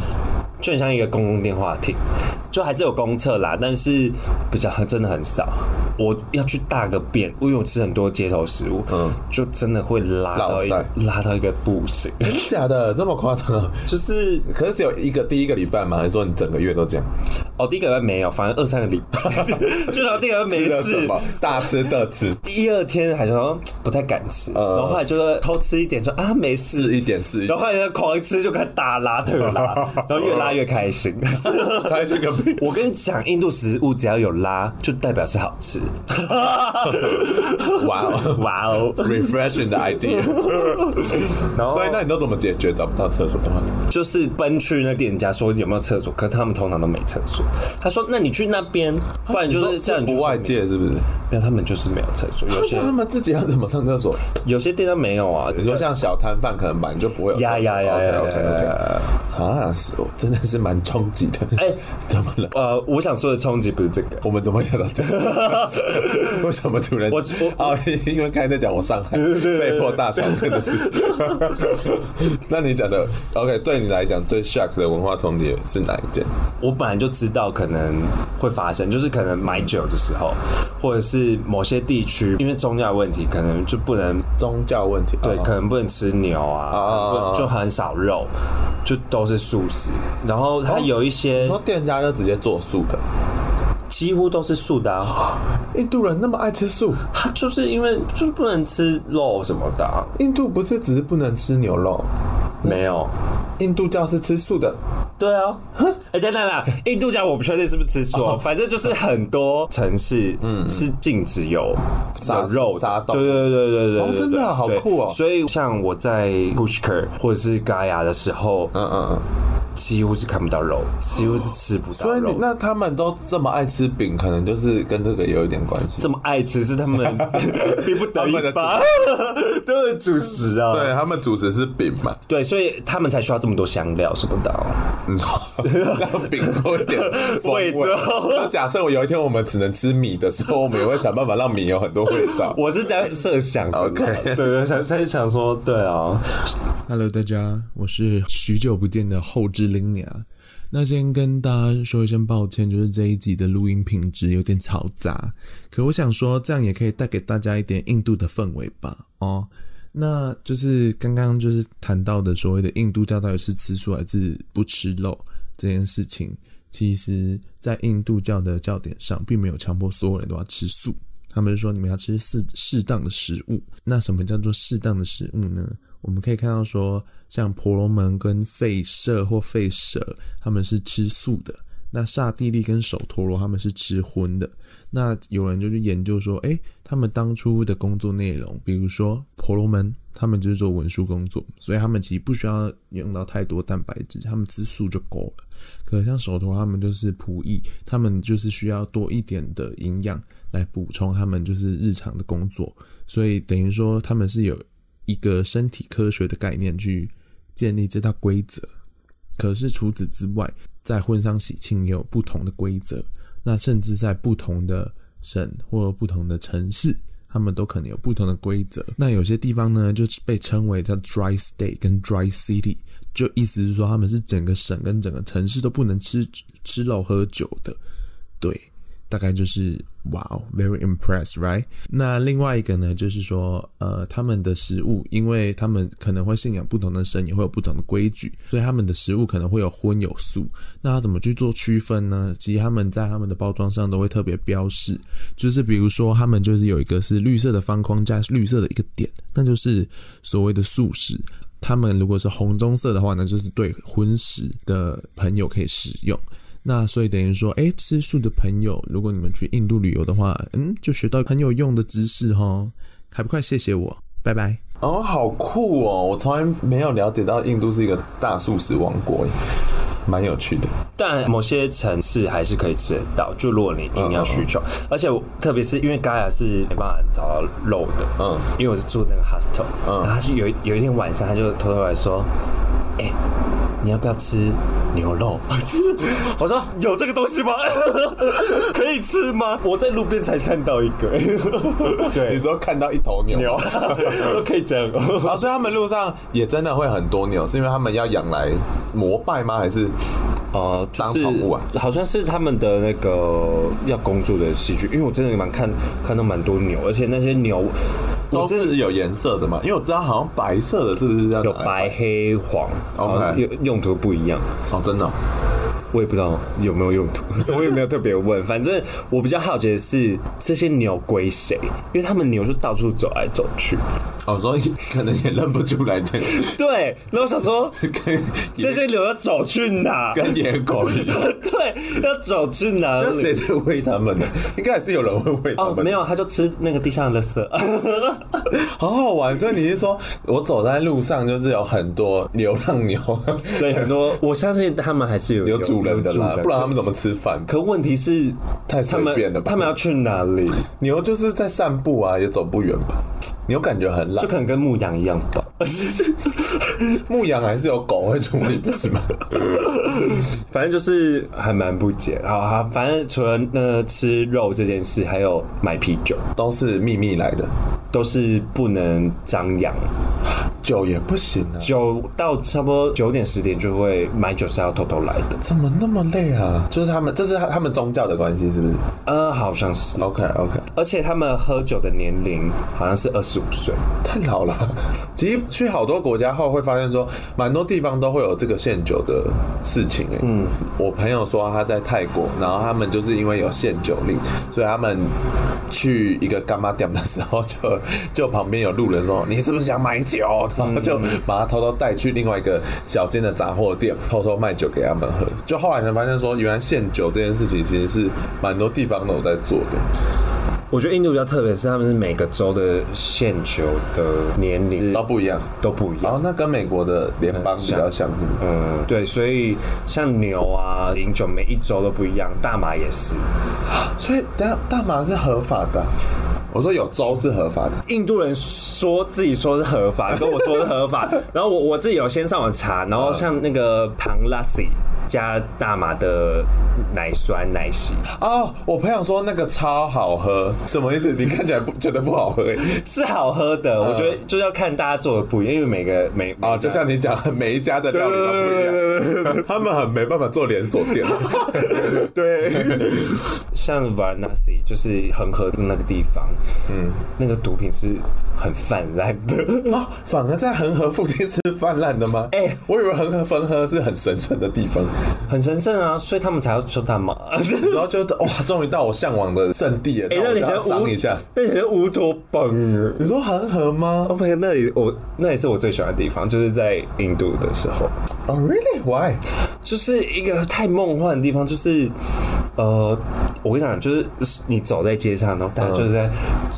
A: 就很像一个公共电话亭，就还是有公厕啦，但是比较真的很少。我要去大个便，因为我吃很多街头食物，
B: 嗯
A: 就真的会拉到一
B: 落
A: 个拉到一个不行，
B: 真的假的？这么夸张啊？
A: 就是
B: 可是只有一个第一个礼拜嘛，还是说你整个月都这样？
A: 哦，第一个礼拜没有，反正二三个礼 拜，就然后第二个没
B: 吃了什
A: 事，
B: 么？大吃特吃，
A: 第二天还说嗯不太敢吃，然后后来就是偷吃 一点说啊没事，
B: 嗯吃一点是一
A: 然
B: 点，
A: 后后来就狂吃就开始大拉特 拉，然后越拉越开心。
B: 开心个 屁！
A: 我跟你讲，印度食物只要有拉，就代表是好 吃。
B: 哇哦！
A: 哇哦！
B: refreshing 的 idea。
A: 然后
B: 所以那你都怎么解决找不到厕所的话？
A: 就是奔去那店家说有没有厕所，可他们通常都没厕所。他说：“那你去那边，不然就是这样。”
B: 不外
A: 界，
B: 界是不是？
A: 没有，他们就是没有厕所。有 些
B: 那他们自己要怎么上厕所？
A: 有些店家啊没有啊。
B: 你说像小摊贩可能本来就不会有厕所。
A: 呀呀呀呀
B: OK
A: 呀
B: OK
A: 呀
B: OK。啊，是哦真的是蛮冲击的。
A: 哎，
B: 怎么了？
A: 呃，我想说的冲击不是这个，
B: 我们怎么聊 到这个？为什么突然？
A: 我我
B: 哦，因为刚才在讲我上海被迫大小便的 事情。那你讲的 OK，对你来讲最 shock 的文化冲击是哪一件？
A: 我本来就知道可能会发生，就是可能买酒的时候，或者是某些地区因为宗教问题，可能就不能
B: 宗教问题。
A: 对，
B: 哦
A: 可能不能吃牛啊，
B: 啊
A: 可能不就很少肉，就都是素食。然后它有一些
B: 说店家就直接做素的。
A: 几乎都是素的、啊，
B: 印度人那么爱吃素，
A: 它就是因为就是不能吃肉什么的啊、
B: 印度不是只是不能吃牛肉，
A: 没有。
B: 印度教是吃素的。
A: 对啊， 哎、等等啦，印度教我不确定是不是吃素哦，反正就是很多 嗯城市是禁止有
B: 杀
A: 有肉的
B: 杀动物
A: 对对对对对
B: 哦
A: 对
B: 真的啊好
A: 对
B: 酷哦
A: 所以像我在 Pushkar 或者是 Gaya 的时候，
B: 嗯嗯嗯。
A: 几乎是看不到肉，几乎是吃不到
B: 所以
A: 肉
B: 你。那他们都这么爱吃饼，可能就是跟这个有一点关系。
A: 这么爱吃是他 们逼不得
B: 他们
A: 已
B: 的
A: 吧？都是主食啊，
B: 对他们主食是饼 嘛？
A: 对，所以他们才需要这么多香料什么的哦。
B: 你说让饼多一点风味
A: 味道
B: 就假设我有一天我们只能吃米的时候，我们也会想办法让米有很多味道。
A: 我是在设想的啦
B: OK
A: 对对，想在想说，对啊，
B: Hello，大家，我是许久不见的后置 l i n a 那先跟大家说一声抱歉，就是这一集的录音品质有点嘈杂，可我想说这样也可以带给大家一点印度的氛围吧。哦，那就是刚刚就是谈到的所谓的印度教到底是吃素还是不吃肉这件事情，其实在印度教的教典上并没有强迫所有人都要吃素。他们说你们要吃适适当的食物。那什么叫做适当的食物呢？我们可以看到说，像婆罗门跟吠舍或吠舍，他们是吃素的。那刹帝利跟首陀罗他们是吃荤的。那有人就去研究说，诶，他们当初的工作内容，比如说婆罗门，他们就是做文书工作，所以他们其实不需要用到太多蛋白质，他们吃素就够了。可像首陀他们就是仆役，他们就是需要多一点的营养来补充他们就是日常的工作，所以等于说他们是有一个身体科学的概念去建立这套规则。可是除此之外，在婚丧喜庆也有不同的规则，那甚至在不同的省或不同的城市，他们都可能有不同的规则。那有些地方呢，就被称为叫 dry state 跟 dry city，就意思是说他们是整个省跟整个城市都不能吃吃肉喝酒的。对，大概就是哇、wow,，very impressed，right？那另外一个呢，就是说，呃，他们的食物，因为他们可能会信仰不同的神，也会有不同的规矩，所以他们的食物可能会有荤有素。那要怎么去做区分呢？其实他们在他们的包装上都会特别标示，就是比如说他们就是有一个是绿色的方框加绿色的一个点，那就是所谓的素食。他们如果是红棕色的话呢，就是对荤食的 朋友可以使用。那所以等于说，哎、吃素的朋友，如果你们去印度旅游的话，嗯，就学到很有用的知识哈，还不快谢谢我，拜拜。
C: 哦，好酷哦！我从来没有了解到印度是一个大素食王国耶，蛮有趣的。
A: 但某些城市还是可以吃得到，就如果你硬要需求，而且我特别是因为 Gaia 是没办法找到肉的，
C: 嗯
A: 嗯，因为我是住那个 hostel，嗯，
C: 嗯
A: 然后他是有一有一天晚上他就偷偷来说，哎、你要不要吃牛肉？ 我说有这个东西吗？ 可以吃吗？我在路边才看到一个，
C: 你
A: 对，
C: 说看到一头牛吗，
A: 牛 都可以这样。
C: 啊，所以他们路上也真的会很多牛，是因为他们要养来膜拜吗？还是
A: 哦、就
C: 当
A: 是
C: 宠物啊
A: 好像是他们的那个要工作的戏剧，因为我真的蛮看看到蛮多牛，而且那些牛
C: 都是有颜色的嘛？因为我知道好像白色的是不是要
A: 有
C: 拿来
A: 白黑黄，
C: OK
A: 然后用用途不一样，
C: 哦，真的哦、
A: 我也不知道有没有用途， 我也没有特别问。反正我比较好奇的是这些牛归谁，因为他们牛就到处走来走去。
C: 哦，所以可能也认不出来这个，
A: 对，然后我想说
C: 跟
A: 这些牛要走去哪？
C: 跟野狗一样。
A: 对，要走去哪
C: 那
A: 里？
C: 谁在喂他 们呢？应该还是有人会喂他
A: 哦，
C: 们。
A: 没，有，他就吃那个地上的垃圾。
C: 好好玩。所以你是说我走在路上，就是有很多流浪 牛，
A: 对，很多我相信他们还是有
C: 有主人的啦，不然他们
A: 可
C: 怎么吃饭？
A: 可问题是，
C: 太
A: 他
C: 随
A: 们
C: 便了吧
A: 他们要去哪里？
C: 牛就是在散步啊，也走不远吧。牛感觉很懒
A: 就，可能跟牧羊一样吧。
C: 牧羊还是有狗会处理，不是 吗？
A: 反正就是还蛮不解。好好，反正除了呃吃肉这件事，还有买啤酒，
C: 都是秘密来的，
A: 都是不能张扬。
C: 酒也不行啊，
A: 酒到差不多九点十点就会买酒是要偷偷来的。
C: 怎么那么累啊？就是他们，这是他他们宗教的关系，是不是
A: 呃，好像是。
C: ？OK OK，
A: 而且他们喝酒的年龄好像是二十五岁，
C: 太老了。 其实去好多国家后，会发现说，蛮多地方都会有这个限酒的事情、欸。嗯，我朋友说他在泰国，然后他们就是因为有限酒令，所以他们去一个干妈店的时候就， 就旁边有路人说：“你是不是想买酒？”然后 就把他偷偷带去另外一个小间的杂货店，偷偷卖酒给他们喝。就后来才发现说，原来限酒这件事情其实是蛮多地方都有在做的。
A: 我觉得印度比较特别，是他们是每个州的限酒的年龄
C: 都不一样。
A: 都不一
C: 然
A: 样
C: 后。那跟美国的联邦比较嗯像，是不是？
A: 嗯，对，所以像牛啊、饮酒，每一周都不一样，大麻也是。
C: 所以，等下大麻是合法的啊、我说有州是合法的，
A: 印度人说自己说是合法，跟我说是合 法，然后我我自己有先上网查，然后
C: 嗯
A: 像那个庞拉西加大麻的奶酸奶昔，
C: 哦，我朋友说那个超好喝，什么意思？你看起来不觉得不好喝欸？
A: 是好喝的，我觉得就是要看大家做的不一样，因为每个每每
C: 嗯哦，
A: 个
C: 就像你讲，每一家的料理都不一样，他们很没办法做连锁店。
A: 对，像 Varanasi 就是恒河那个地方，嗯，那个毒品是很泛滥的，
C: 哦，反而在恒河附近是泛滥的吗？
A: 哎
C: 我以为恒河汾河是很神圣的地方。
A: 很神圣啊，所以他们才要说他嘛。
B: 然后就是
C: 哦
B: 哇，终于到我向往的圣地了，
A: 哎、
B: 那
A: 那
B: 我
A: 里
B: 就要
A: 叫
B: 赏
A: 乌
B: 一下。，嗯
A: 那里叫乌托邦。
B: 你说恒河吗
A: 哦，那里我那里是我最喜欢的地方，就是在印度的时候，
C: 哦
B: ？Oh really? Why?
A: 就是一个太梦幻的地方，就是呃，我跟你讲，就是你走在街上，然后大家就是在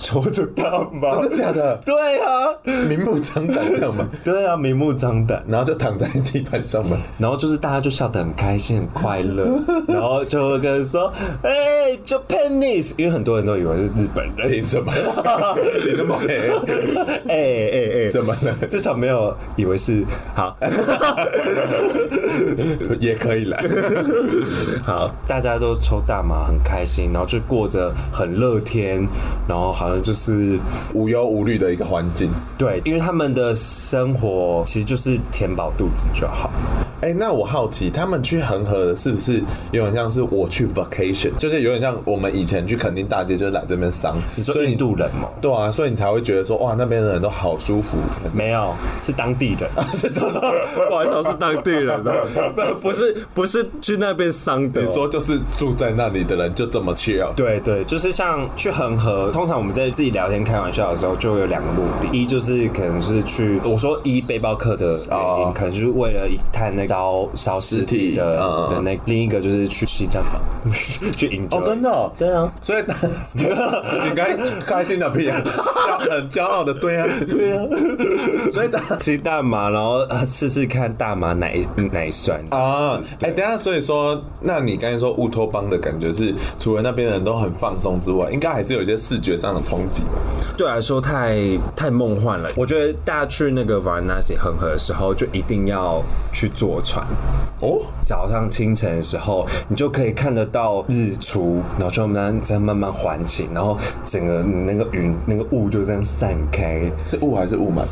A: 搓着大麻，
B: 真的假的
A: 对啊，
B: 明目张胆这样吗？
A: 对啊，明目张胆。
B: 然后就躺在地板上嘛。
A: 然后就是大家就笑得很开心、很快 乐，然后就会跟人说：“哎、j a p a n e s e 因为很多人都以为是日本人
B: 凭。什么？你那么黑？
A: 哎哎哎，
B: 怎么了？
A: 至少没有以为是好
B: 也可以来。
A: 好，大家都抽大麻很开心，然后就过着很乐天，然后好像就是
B: 无忧无虑的一个环境。
A: 对，因为他们的生活其实就是填饱肚子就好。
B: 哎、那我好奇，他们去恒河的是不是有点像是我去 vacation，就是有点像我们以前去垦丁大街，就是来这边桑。
A: 你说
B: 所以
A: 印度人吗？
B: 对啊，所以你才会觉得说，哇，那边的人都好舒服。
A: 没有，是当地 人，哦是当地 人，不好意思，是当地人啊的， 不不是不是去那边桑的哦
B: 你说就是住在那里的人就这么 chill，
A: 对对，就是像去恒河，通常我们在自己聊天开玩笑的时候，就会有两个目的，一就是可能是去我说一背包客的原因
B: 哦
A: 可能就是为了探那个烧烧尸体的
B: 尸体嗯嗯
A: 的那另一个就是去西藏嘛， 去营救。
B: 哦，真的、哦。
A: 对啊，
B: 所以 你该开心的 屁啊，很骄傲的，对啊，对啊。所以大家
A: 吃大麻，然后呃试试看大麻哪一哪一酸。
B: 啊，哎、等一下，所以说，那你刚才说乌托邦的感觉是，除了那边的人都很放松之外，应该还是有一些视觉上的冲击吧？
A: 对我来说太太梦幻了。我觉得大家去那个 Varanasi 恒河的时候，就一定要去坐船。
B: 哦，
A: 早上清晨的时候，你就可以看得到日出，然后就慢慢在慢慢缓起，然后整个那个云、那个雾就这样散开，
B: 是雾还是雾霾？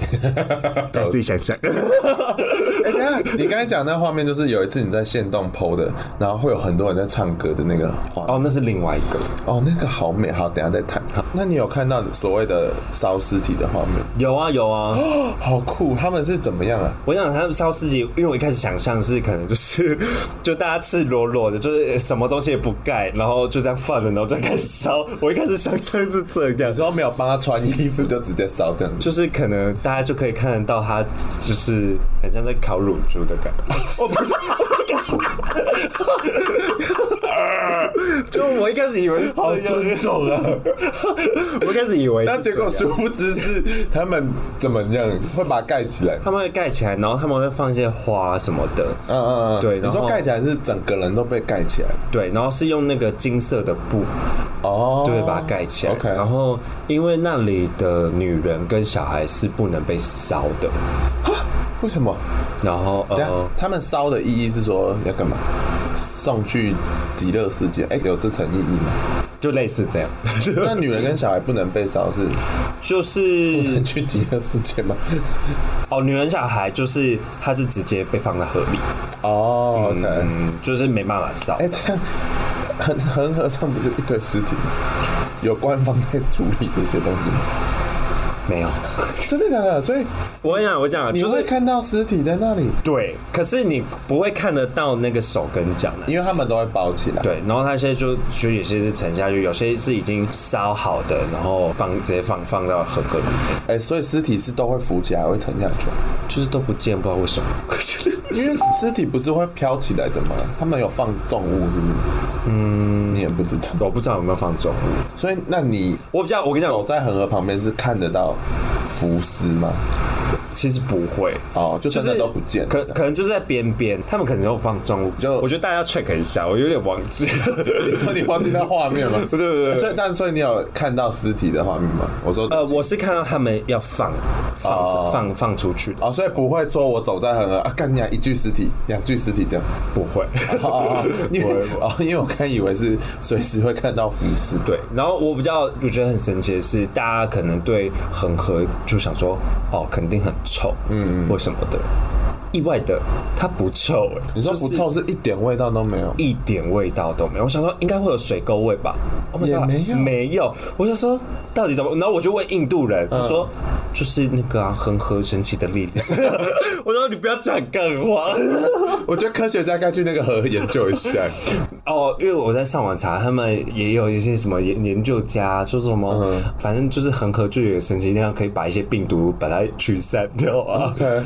A: 大家自己想象。
B: 哎、等一下，你刚才讲那画面，就是有一次你在线洞 PO 的，然后会有很多人在唱歌的那个画面。
A: 哦，那是另外一个。
B: 哦，那个好美，好，等一下再谈。那你有看到所谓的烧尸体的画面？
A: 有啊有啊，
B: 好酷，他们是怎么样啊？
A: 我想他们烧尸体，因为我一开始想象是可能就是 就大家赤裸裸的，就是什么东西也不盖，然后就这样放着，然后就开始烧。我一开始想象是这样
B: 有时，候没有帮他穿衣服就直接烧掉，就
A: 就是可能大家就可以看得到他，就是很像在烤乳猪的感 觉。
B: 哦
A: 我不是， 就我一开始以为是这样
B: 好尊重啊！
A: 我一开始以为是这样，
B: 但结果殊不知是他们怎么样会把它盖起来。
A: 他们会盖起来，然后他们会放一些花什么的，
B: 嗯嗯，嗯
A: 对
B: 你
A: 然
B: 说
A: 后
B: 盖起来是整个人都被盖起来
A: 对，然后是用那个金色的布，
B: 哦，
A: 就会把它盖起来。
B: OK
A: 然后因为那里的女人跟小孩是不能被烧的，
B: 为什么？
A: 然后
B: 等一下
A: 呃，
B: 他们烧的意义是说要干嘛？送去极乐世界？哎、有这层意义吗？
A: 就类似这样，
B: 那女人跟小孩不能被烧是
A: 就是
B: 去极乐世界 吗？
A: 哦，女人小孩就是她是直接被放在河里。
B: 哦，OK，
A: 嗯，就是没办法烧。
B: 哎、这样子恒恒河上不是一堆尸体吗？有官方在处理这些东西吗？
A: 没有，
B: 真的假的？所以
A: 我跟你讲，我讲，
B: 你
A: 就是
B: 会看到尸体在那里，
A: 对，可是你不会看得到那个手跟脚呢。
B: 因为他们都会包起来。
A: 对，然后它现在就就有些是沉下去，有些是已经烧好的，然后放直接放放到恒河里面，
B: 哎、所以尸体是都会浮起来，会沉下去啊。
A: 就是都不见，不知道为什么。
B: 因为尸体不是会飘起来的吗？他们有放重物是不是？嗯，你也不知道。
A: 我不知道有没有放重物。
B: 所以，那你
A: 我比较，我跟你讲
B: 走，在恒河旁边是看得到浮尸吗？
A: 其实不会，
B: 哦，就
A: 就
B: 真
A: 是
B: 的都不见了。
A: 可可能就是在边边，他们可能有放重物。
B: 就
A: 我觉得大家要 check 一下，我有点忘记了。
B: 你说你忘记那画面 吗？
A: 对对对
B: 所以，但所以你有看到尸体的画面吗？我说，
A: 呃，我是看到他们要放放、
B: 哦
A: 放放出去的，
B: 哦，所以不会说我走在恒河啊，干你娘一具尸体，两具尸体这样。
A: 不会。
B: 哦哦， 哦因为哦，因为我刚以为是随时会看到浮尸。
A: 对，然后我比较我觉得很神奇的是，大家可能对恒河就想说，哦，肯定很臭，嗯嗯，或什么的。意外的，它不臭、欸，
B: 你说不
A: 就是
B: 臭是一点味道都没有？
A: 一点味道都没有。我想说应该会有水沟味吧，oh、my Oh
B: 也
A: God,
B: 没有嗯
A: 没有。我就说到底怎么？然后我就问印度人，我说就是那个啊，恒河神奇的力量。 我说你不要讲干话。
C: 我觉得科学家该去那个河研究 一下。
A: 哦，因为我在上网查，他们也有一些什么研研究家说什么，
C: 嗯
A: 反正就是恒河就有神奇力量，可以把一些病毒把它驱散掉啊，
C: 对，啊，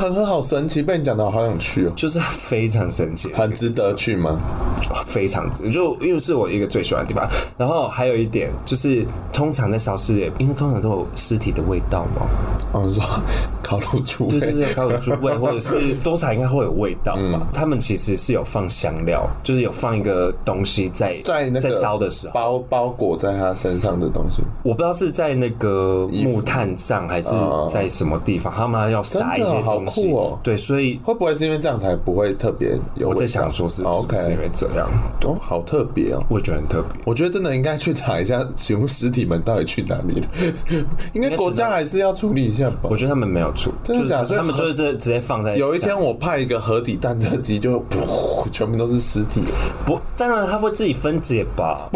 C: 恒河好神奇，被你讲的好想去哦，
A: 就是非常神奇，
C: 很值得去吗？
A: 非常就因为是我一个最喜欢的地方。然后还有一点就是，通常在烧尸也，因为通常都有尸体的味道嘛，
C: 哦，你说 烤乳猪
A: 对对
C: 味，
A: 对，还有猪味，或者是多少应该会有味道嘛。
C: 嗯
A: 他们其实是有放香料，就是有放一个东西在
C: 在那个
A: 在烧的时候，
C: 包包裹在他身上的东西，
A: 我不知道是在那个木炭上还是在什么地方，他们要撒一
C: 真
A: 些
C: 的好
A: 东西。
C: 酷哦
A: 对，所以
C: 会不会是因为这样才不会特别有
A: 我
C: 味道？
A: 在想说是
C: 哦
A: 是不是因
C: OK，
A: 为这样，
C: 哦，好特别哦。
A: 我觉得很特别。
C: 我觉得真的应该去查一下，请问尸体们到底去哪里了？ 应该国家还是要处理一下吧
A: 我。觉得他们没有出，
C: 真的假的
A: 就是他们就是直直接放在
C: 有一天我派一个河底探测机，就噗，全部都是尸 体。
A: 不，当然他会自己分解吧。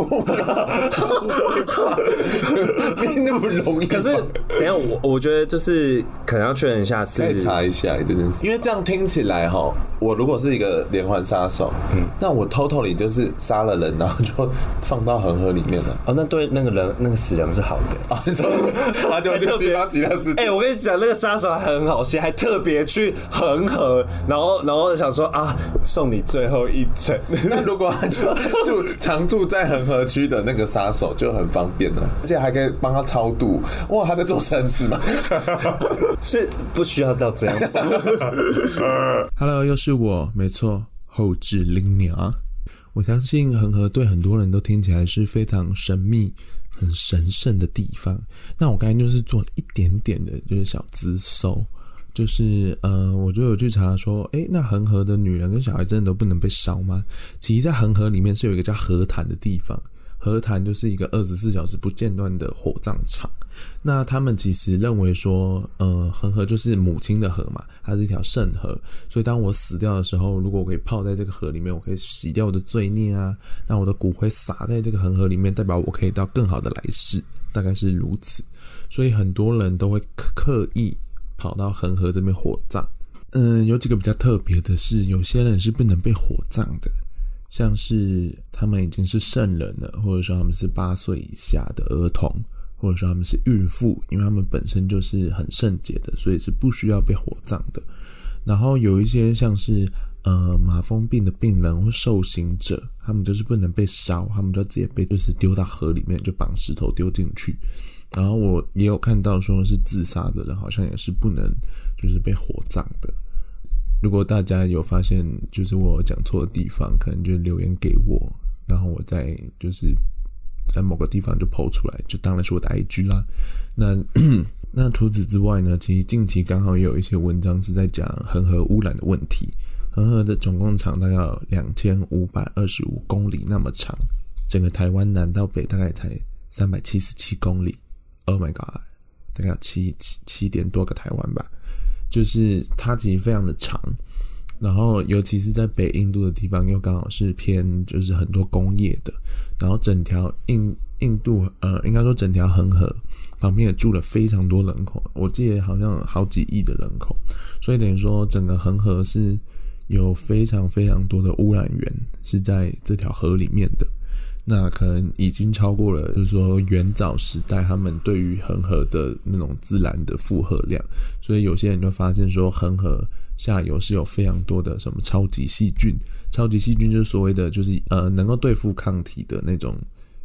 C: 没那么容易吧。
A: 可是，等一下我我觉得就是可能要确认一下是
C: 可以查一下这件事，因为这样听起来哈，我如果是一个连环杀手，嗯，那我 totally 就是杀了人，然后就放到恒河里面了。
A: 哦，那对那个人那个死人是好的。
C: 啊，你说他就去去帮其他尸体
A: 哎、，我跟你讲，那个杀手还很好心，还特别去恒河，然后然后想说啊，送你最后一程。
C: 那如果他就住常住在恒河区的那个杀手就很方便了，而且还可以帮他超度。哇，他在做善事嘛？
A: 是不需要到这样。
B: Hello，又是我，没错，后置灵鸟啊。我相信恒河对很多人都听起来是非常神秘、很神圣的地方。那我刚才就是做了一点点的，就是小资搜，就是呃，我就有去查说，诶、那恒河的女人跟小孩真的都不能被烧吗？其实，在恒河里面是有一个叫河潭的地方，河潭就是一个二十四小时不间断的火葬场。那他们其实认为说，呃，恒河就是母亲的河嘛，它是一条圣河，所以当我死掉的时候，如果我可以泡在这个河里面，我可以洗掉我的罪孽啊，那我的骨灰撒在这个恒河里面，代表我可以到更好的来世，大概是如此。所以很多人都会刻刻意跑到恒河这边火葬。嗯，有几个比较特别的是，有些人是不能被火葬的，像是他们已经是圣人了，或者说他们是八岁以下的儿童，或者说他们是孕妇，因为他们本身就是很圣洁的，所以是不需要被火葬的。然后有一些像是呃马蜂病的病人或受刑者，他们就是不能被烧，他们就直接被就是丢到河里面，就绑石头丢进去。然后我也有看到说是自杀的人，好像也是不能就是被火葬的。如果大家有发现就是我有讲错的地方，可能就留言给我，然后我再就是在某个地方就抛出来，就当然是我的 IG 啦。那 那除此之外呢，其实近期刚好也有一些文章是在讲恒河污染的问题。恒河的总共长大概有两千五百二十五公里那么长，整个台湾南到北大概才三百七十七公里。Oh my god，大概有七七七点多个台湾吧，就是它其实非常的长。然后，尤其是在北印度的地方，又刚好是偏就是很多工业的，然后整条印印度呃，应该说整条恒河旁边也住了非常多人口，我记得好像有好几亿的人口，所以等于说整个恒河是有非常非常多的污染源是在这条河里面的。那可能已经超过了，就是说元早时代他们对于恒河的那种自然的负荷量，所以有些人就发现说，恒河下游是有非常多的什么超级细菌，超级细菌就是所谓的就是呃能够对付抗体的那种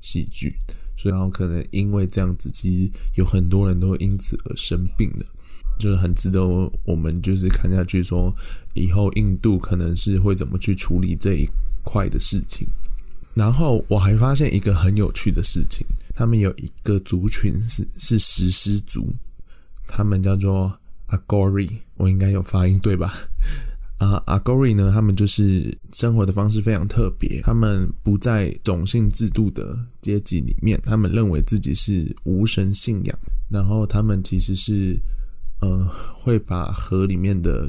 B: 细菌，所以然后可能因为这样子，其实有很多人都因此而生病了。就是很值得我们就是看下去说，以后印度可能是会怎么去处理这一块的事情。然后我还发现一个很有趣的事情，他们有一个族群是是石狮族，他们叫做 Agori，我应该有发音对吧？啊、a g o r i 呢，他们就是生活的方式非常特别，他们不在种姓制度的阶级里面，他们认为自己是无神信仰，然后他们其实是呃会把河里面的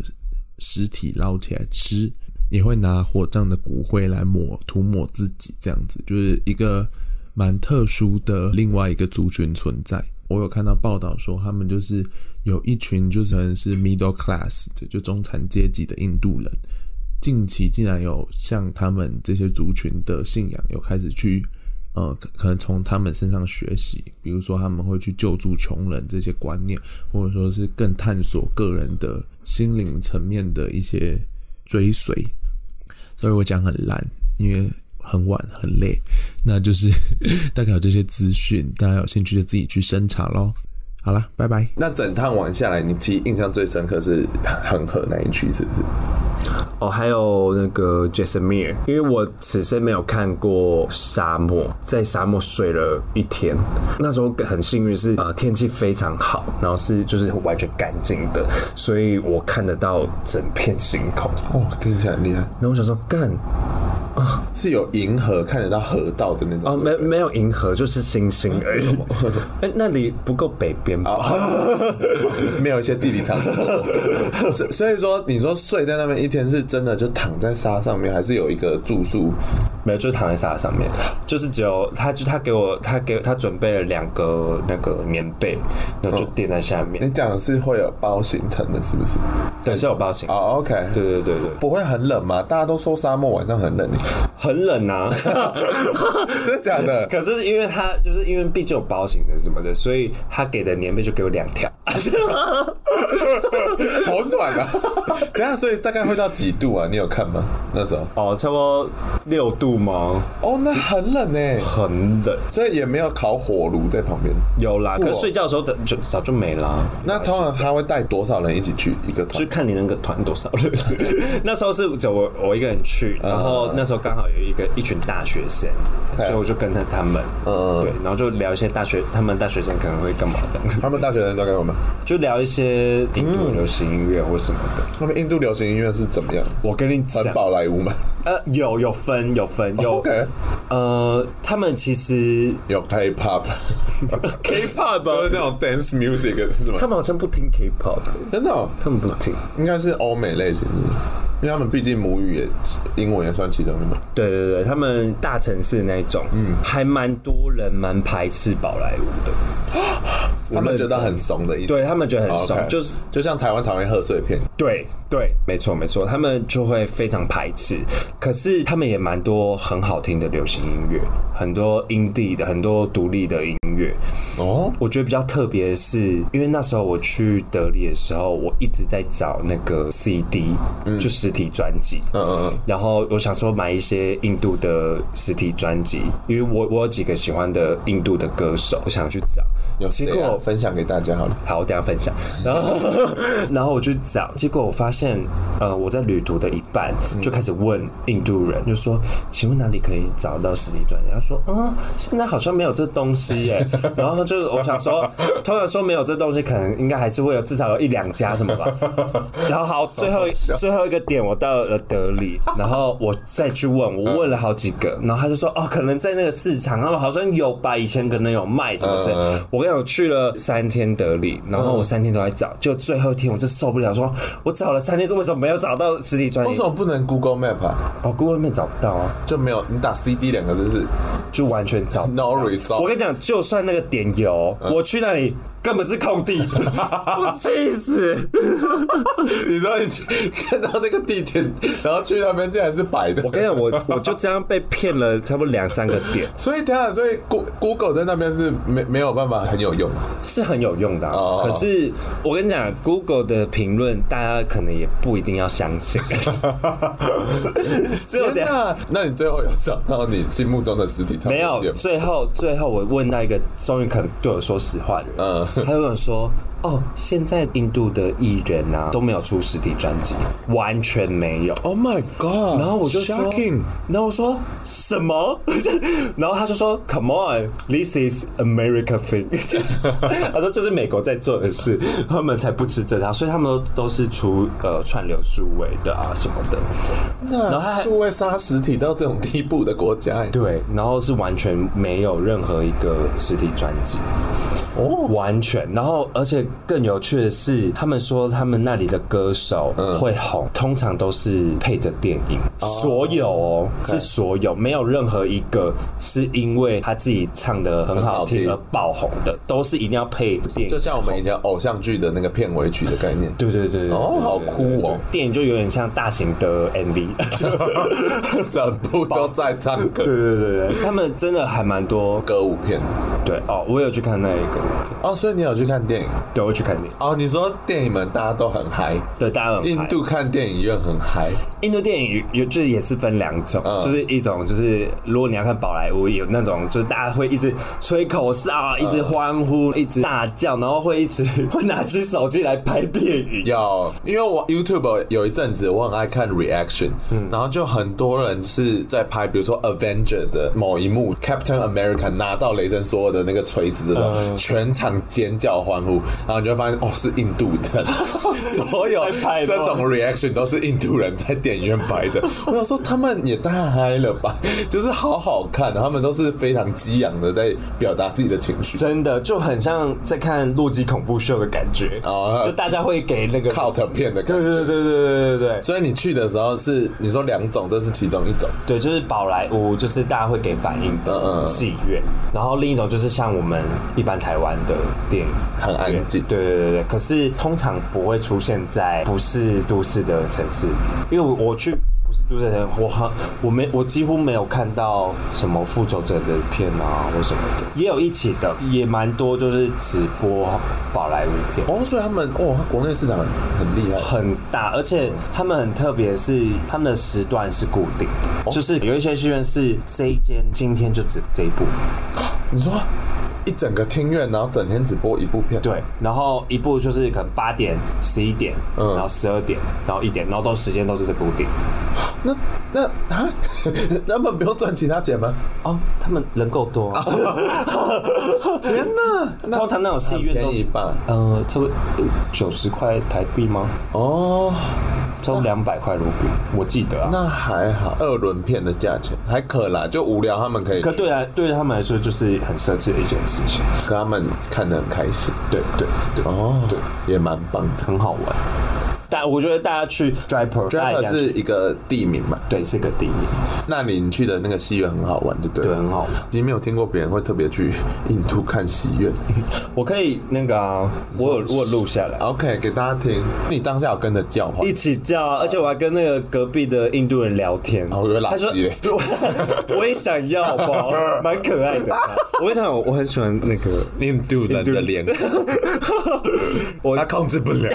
B: 尸体捞起来吃，也会拿火葬的骨灰来抹涂抹自己，这样子就是一个蛮特殊的另外一个族群存在。我有看到报道说，他们就是有一群就是可能是 middle class，就就中产阶级的印度人，近期竟然有像他们这些族群的信仰有开始去。呃，可可能从他们身上学习，比如说他们会去救助穷人这些观念，或者说是更探索个人的心灵层面的一些追随。所以我讲很烂，因为很晚很累，那就是 大概有这些资讯，大家有兴趣就自己去深查喽。好了，拜拜。
D: 那整趟玩下来，你其实印象最深刻是恒河那一区，是不是？
A: 哦，还有那个 j a s m i r 因为我此生没有看过沙漠，在沙漠睡了一天。那时候很幸运是呃天气非常好，然后是就是完全干净的，所以我看得到整片星空。
B: 哦，听起来很厉害，
A: 然后我想说干
B: 是有银河看得到河道的那种
A: 哦，没没有银河，就是星星而已。哎、那里不够北边吧？
B: 哦 没有一些地理常识。所所以说，你说睡在那边一天是真的就躺在沙上面，还是有一个住宿？
A: 没有，就是躺在沙上面，就是只有他，就他给我，他给他准备了两个那个棉被，然后就垫在下面。
B: 你讲的是会有包行程的，是不是？
A: 对，是有包行程。
B: 哦，OK、o k
A: 对对对对，
B: 不会很冷吗？大家都说沙漠晚上很冷耶，
A: 很冷啊。
B: 真的假的？
A: 可是因为他就是因为毕竟有包行程什么的，所以他给的棉被就给我两条。
B: 好暖啊！ 等一下，所以大概会到几度啊？你有看吗？那时候？
A: 哦，差不多六度吗？
B: 哦，那很冷哎，
A: 很冷，
B: 所以也没有烤火炉在旁边。
A: 有啦。可是睡觉的时候早就早就没啦。
B: 那通常他会带多少人一起去一个团
A: 就？看你那个团多少人。 那时候是只有我我一个人去，然
B: 嗯
A: 后那时候刚好有一个一群大学生，所以我就跟着他们，
B: 嗯
A: 对，然后就聊一些大学，他们大学生可能会干嘛这样子，
B: 他们大学生都干嘛？
A: 就聊一些印
B: 嗯
A: 度流行音乐或什么的。
B: 他们印度流行音乐是怎么样？
A: 我跟你讲
B: 很，宝莱坞吗？
A: 呃，有有分有分有
B: 哦 OK
A: 呃，他们其实
B: 有 K-pop，
A: K-pop
B: 就是
A: 啊
B: 那种 dance music 是吗
A: 他？们好像不听 K-pop，
B: 真的、哦，
A: 他们不听。
B: 应该是欧美类型的，因为他们毕竟母语也英文也算其中一种。
A: 对对对，他们大城市那一种，嗯，还蛮多人蛮排斥宝莱坞的，
B: 他们觉得很怂的意思。
A: 对他们觉得很
B: 哦
A: 爽
B: OK
A: 就是
B: 就像台湾讨厌贺岁片，
A: 对对，没错没错，他们就会非常排斥。可是他们也蛮多很好听的流行音乐，很多音地的，很多独立的音乐。
B: 哦，
A: 我觉得比较特别的是，因为那时候我去德里的时候，我一直在找那个 CD，、就实体专辑。
B: 嗯嗯嗯，
A: 然后我想说买一些印度的实体专辑，因为我我有几个喜欢的印度的歌手，我想去找。
B: 有
A: 结
B: 谁啊
A: 果
B: 分享给大家好了。
A: 好，我等一下分享。 然后，然后我去找，结果我发现，呃，我在旅途的一半就开始问印度人，就说：“请问哪里可以找到实体专辑？”他说：“啊，现在好像没有这东西耶。” 然后就我想说， 通常说没有这东西，可能应该还是会有至少有一两家什么吧。 然后好，最后一最后一个点，我到了德里，然后我再去问，我问了好几个，然后他就说：“哦，可能在那个市场，他们好像有吧，以前可能有卖什么之类。
B: 嗯
A: 我跟你讲，我去了三天德里，然后我三天都在找，就最后一天我真受不了，说我找了三天，为什么没有找到实体专
B: 为
A: 辑
B: 什？么不能 Google Map 啊？
A: 哦，顾问面找不到啊，
B: 就没有你打 CD 两个字是
A: 就完全找不到。
B: no
A: 我
B: result。
A: 跟你讲，就算那个点有，我去那里根本是空地，嗯 我气死！
B: 你知道你去看到那个 地点，然后去那边竟然是白的。
A: 我跟你讲，我我就这样被骗了差不多两三个点，
B: 所以等一下，所以 Go- Google 在那边是没没有办法很有用。
A: 是很有用的啊、
B: 哦
A: 可是我跟你讲，Google 的评论大家可能也不一定要相 信，只有
B: 天
A: 点。
B: 哪！那你最后有找到你心目中的实体唱
A: 啊没
B: 片
A: 有，
B: 店吗？
A: 最后最后我问到一个终于肯对我说实话的人，
B: 嗯
A: 他就跟我说：“哦，现在印度的艺人啊都没有出实体专辑，完全没有。”
B: ，Oh my God！
A: 然后我就说
B: shocking，
A: 然后我说什么？ 然后他就说，Come on，this is America thing 。 他说这是美国在做的事， 他们才不吃这套，所以他们都都是出呃串流数位的啊什么的。然后他
B: 那
A: 还
B: 数位杀实体到这种地步的国家欸，
A: 对，然后是完全没有任何一个实体专辑，哦，完全。然后而且更有趣的是，他们说他们那里的歌手
B: 嗯
A: 会红，通常都是配着电影，所有哦是所有，没有任何一个是因为他自己唱的很好听
B: 很
A: 而
B: 好听
A: 爆红的，都是一定要配电
B: 就
A: 影。
B: 像我们以前偶像剧的那个片尾曲的概 念。
A: 对对对对，
B: 哦
A: 对
B: 好酷
A: 对对
B: 哦！
A: 对电影就有点像大型的 MV，
B: 整部都在唱
A: 对
B: 歌
A: 对对对，他们真的还蛮多。
B: 歌舞片
A: 对哦，我有去看那一个，
B: 哦，所以你有去看电影
A: 对，我有去看电影。
B: 哦？你说电影们大家都很嗨，
A: 对，大家很
B: 印
A: 嗨
B: 度看电影院很嗨，
A: 印度电影有就是也是分两种，
B: 嗯
A: 就是一种就是如果你要看宝莱坞，有那种就是大家会一直吹口哨啊，一直欢呼，一直大叫，然后会一直 会拿起手机来拍电影。
B: 有，因为我 YouTube 有一阵子我很爱看 reaction，、然
A: 嗯
B: 后就很多人是在拍，比如说 Avenger 的某一幕，Captain America 拿到雷神索尔的那个锤子的时候，
A: 嗯
B: 全场尖叫欢呼，然后你就会发现哦，是印度 人，所有
A: 在拍
B: 这
A: 的吗
B: 种 reaction 都是印度人在电影院拍 的。我想说他们也太嗨了吧，就是好好看，他们都是非常激昂的在表达自己的情绪。
A: 真的就很像在看《洛基恐怖秀》的感觉，
B: 哦
A: 就大家会给那个
B: cult 片的感
A: 对
B: 觉，
A: 对对对对对对
B: 所以你去的时候是你说两种，这是其中一种。
A: 对，就是宝莱坞，就是大家会给反应
B: 嗯
A: 的
B: 嗯
A: 戏院，然后另一种就是像我们一般台湾的电影，
B: 很安静
A: 对对对对，可是通常不会出现在不是都市的城市里，因为我我去。不是都市城，我很我没我几乎没有看到什么复仇者的片啊或什么的，也有一起的，也蛮多就是直播宝莱坞片，
B: 哦，所以他们哦，他国内市场很很厉害。
A: 很大，而且他们很特别，是他们的时段是固定的，就是有一些戏院是这一间今天就只这一部，
B: 你说一整个厅院，然后整天只播一部片，，
A: 对，然后一部就是可能八点、十一点，
B: 嗯
A: 然后十二点，然后一点，然后都时间都是这个固定。
B: 那那 啊，他们不用赚其他钱吗？
A: 哦，他们人够多，
B: 天哪，那
A: 通常那种戏院都
B: 便宜
A: 是。
B: 吧？
A: 呃，差不多九十块台币吗？
B: 哦，
A: 差不多两百块卢比，我记得啊。
B: 那还好，二轮片的价钱还可啦，就无聊他们可以，
A: 可对啊，对他们来说就是很奢侈的一件事情。
B: 可他们看得很开心。
A: 对对对，
B: 哦，对，也蛮棒的。
A: 很好玩。但我觉得大家去 Driver
B: d r i
A: 爱
B: v
A: 良
B: e 是一个地名嘛，
A: 对是个第一，
B: 那你去的那个戏院很好玩，对不对？
A: 对，很好玩。
B: 你没有听过别人会特别去印度看戏院
A: 我可以那个、啊，我有我有录下来。
B: ？OK，给大家听。你当下有跟着叫吗？
A: 一起叫啊，而且我还跟那个隔壁的印度人聊天。
B: 哦我以为垃圾
A: 他说
B: 嘞
A: 我：“我也想要，好不好？蛮可爱 的。”我跟你讲，我很喜欢那个
B: 印度人的脸，
A: 我
B: 他控制不了。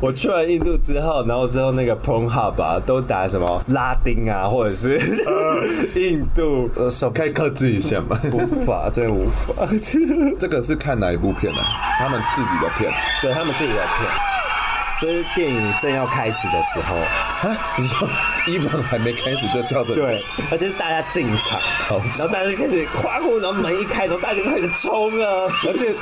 A: 我去完印度之后，然后之后那个 Pornhub 啊，都打什么拉丁啊，或者是
B: 嗯
A: 印度 呃什么
B: 可以克制一下吗？
A: 无法，真的无法。
B: 这个是看哪一部片啊？他们自己的片。
A: 对他们自己的片，这是电影正要开始的时候，
B: 啊，你说伊凡还没开始就叫着？
A: 对，而且是大家进场，然后大家就开始欢呼，然后门一开，然后大家就开始冲啊，
B: 而且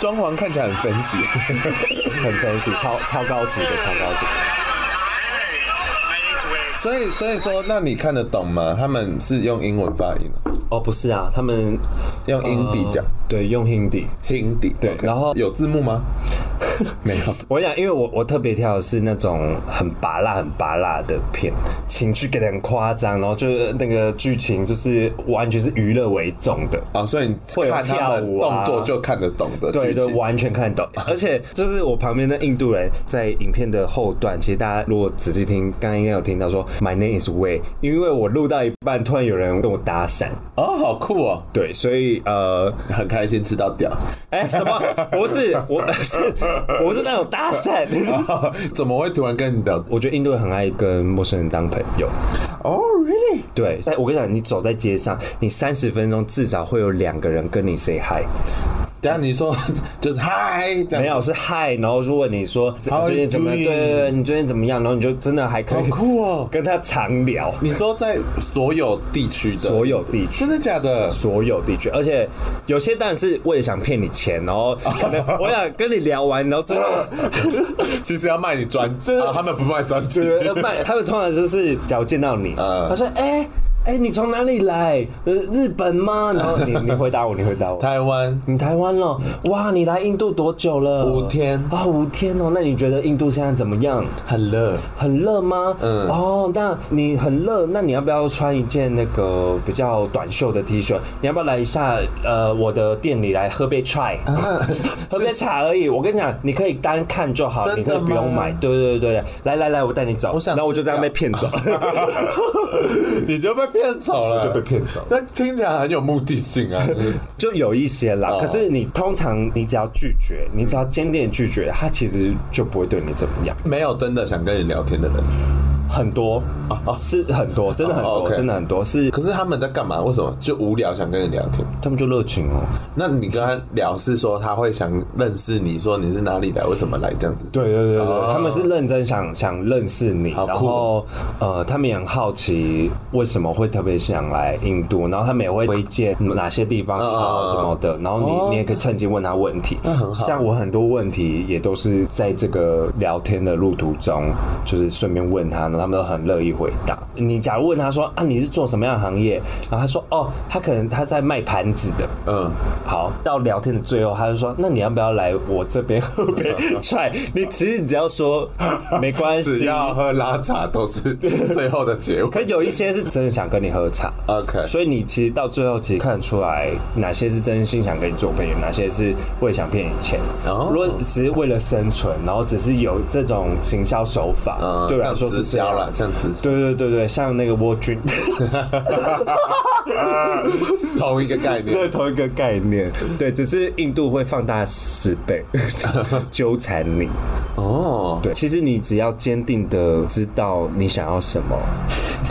B: 装潢看起来很 fancy。
A: 很高级，超超高级的，超高级的。
B: 所以所以说，那你看得懂吗？他们是用英文发音的，
A: 哦，不是啊，他们
B: 用英底讲
A: 呃，对，用 Hindi。
B: Hindi。对
A: 然后
B: 有字 幕吗？没有。
A: 我跟你讲，因为我我特别挑的是那种很拔辣、很拔辣的片，情绪给的很夸张，然后就是那个剧情就是完全是娱乐为重的。
B: 啊，所以你
A: 会有
B: 看他
A: 跳
B: 们
A: 舞啊
B: 动作就看得懂的
A: 对
B: 哦剧
A: 对，
B: 情
A: 完全看得 懂。而且就是我旁边的印度人在影片的后段，其实大家如果仔细听，刚刚应该有听到说 “My name is Way”，因为我录到一半，突然有人跟我搭讪，
B: 哦，好酷哦，
A: 对，所以呃，
B: 很开心吃到屌，
A: 哎、什么？不是我，我不是那种搭讪。
B: 怎么会突然跟你聊？
A: 我觉得印度人很爱跟陌生人当朋友，
B: 哦，really？
A: 对。但我跟你讲，你走在街上，你三十分钟至少会有两个人跟你 say hi，
B: 等一下你 说就是嗨，
A: 没
B: 没
A: 有是 hi，然后就问你说你
B: How
A: 最近
B: you
A: 怎么样？对
B: doing？
A: 对对，你最近怎么样？然后你就真的还可以
B: 好酷哦
A: 跟他长聊，
B: 你说在所有地区的
A: 所有地区
B: 真。的 假的？
A: 所有地区，而且有些当然是为了想骗你钱，然后可 能我想跟你聊完，然后最后
B: 其实要卖你专辑，啊他们不卖专辑
A: 呃 对，卖他们通常就是，假如见到你，
B: 嗯
A: 他说：“哎、哎、你从哪里来？呃，日本吗？然后你你回答我，你回答我。
C: 台湾
A: 你台湾了？哇，你来印度多久了？
C: 五天
A: 啊，五天哦。那你觉得印度现在怎么样？
C: 很热，
A: 很热吗？
C: 嗯
A: 哦，那你很热，那你要不要穿一件那个比较短袖的 T 恤？你要不要来一下？呃，我的店里来喝杯 chai，、喝杯茶而已。我跟你讲，你可以单看就好，
C: 真的
A: 你可以不用
C: 吗
A: 买。对对对对，来来来，我带你走。
C: 我想
A: 然后我就
C: 吃
A: 这样
C: 掉
A: 被骗 走。
C: 你就被骗走了，
A: 就被骗走嗯
C: 那听起来很有目的性 啊，
A: 就有一些啦，
C: 哦
A: 可是你通常你只要拒绝，你只要坚定地拒绝，他其实就不会对你怎么样。
C: 没有真的想跟你聊天的人。
A: 很多是很多，真的很多，
C: 哦，OK
A: 真的很多是
C: 可是他们在干嘛？为什么就无聊想跟你聊天？
A: 他们就热情哦。
C: 那你跟他聊是说他会想认识你，说你是哪里来，为什么来这样子？
A: 对对对对，
C: 哦
A: 他们是认真想想认识你，
C: 好
A: 然
C: 酷
A: 后呃，他们也很好奇为什么会特别想来印度，然后他们也会推荐哪些地方
C: 嗯嗯
A: 好
C: 嗯
A: 什么的，然后你、你也可以趁机问他问题。
C: 那很好
A: 像我很多问题也都是在这个聊天的路途中，就是顺便问他，然后他们都很乐意回答。你假如问他说啊，你是做什么样的行业？然后他说哦，他可能他在卖盘子的，
C: 嗯，
A: 好，到聊天的最后，他就说：“那你要不要来我这边喝 杯踹？”你其实你只要说没关
C: 只
A: 系。
C: 要喝拉茶都是最后的结
A: 可
C: 尾。
A: 有一些是真的想跟你喝茶，
C: OK，
A: 所以你其实到最后其实看得出来哪些是真心想跟你做朋友，哪些是为了想骗你钱。
C: 哦
A: 如果只是为了生存，然后只是有这种行销手法，
C: 嗯，
A: 对我
C: 这
A: 来
C: 样
A: 说
C: 直
A: 是这
C: 销
A: 样
C: 啦，。这样直销
A: 对对对对，像那个沃 君，
C: 是同一个概念。
A: 对同一个概念。对，只是印度会放大十 倍纠缠你。
C: 哦，
A: 对，其实你只要坚定的知道你想要什么，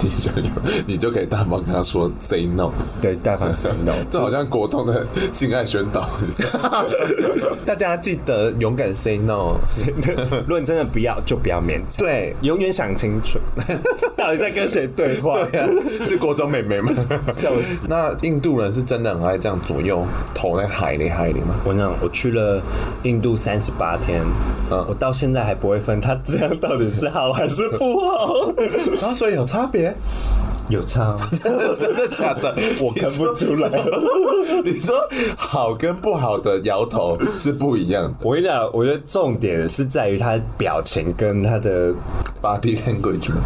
C: 你就有你就可以大方跟他说 say no。
A: 对，大方 say no。
C: 这好像国中的性爱宣导。 大家记得勇敢 say no。
A: 如果你真的不要，就不要勉强。
C: 对，
A: 永远想清 楚，到底在跟谁对啊话？
C: 是国中妹妹吗？
A: 笑死！
C: 那印度人是真的很爱这样左右投那个海里海里吗？
A: 我讲，我去了印度三十八天，
C: 嗯
A: 我到现在还不会分它这样到底是好还是不好，
C: 然后所以有差别，
A: 有差、哦，
C: 真的假的？
A: 我看不出来。
C: 你说 好跟不好的摇头是不一样的
A: 我跟你讲，我觉得重点是在于他表情跟他的
C: ，body language 吗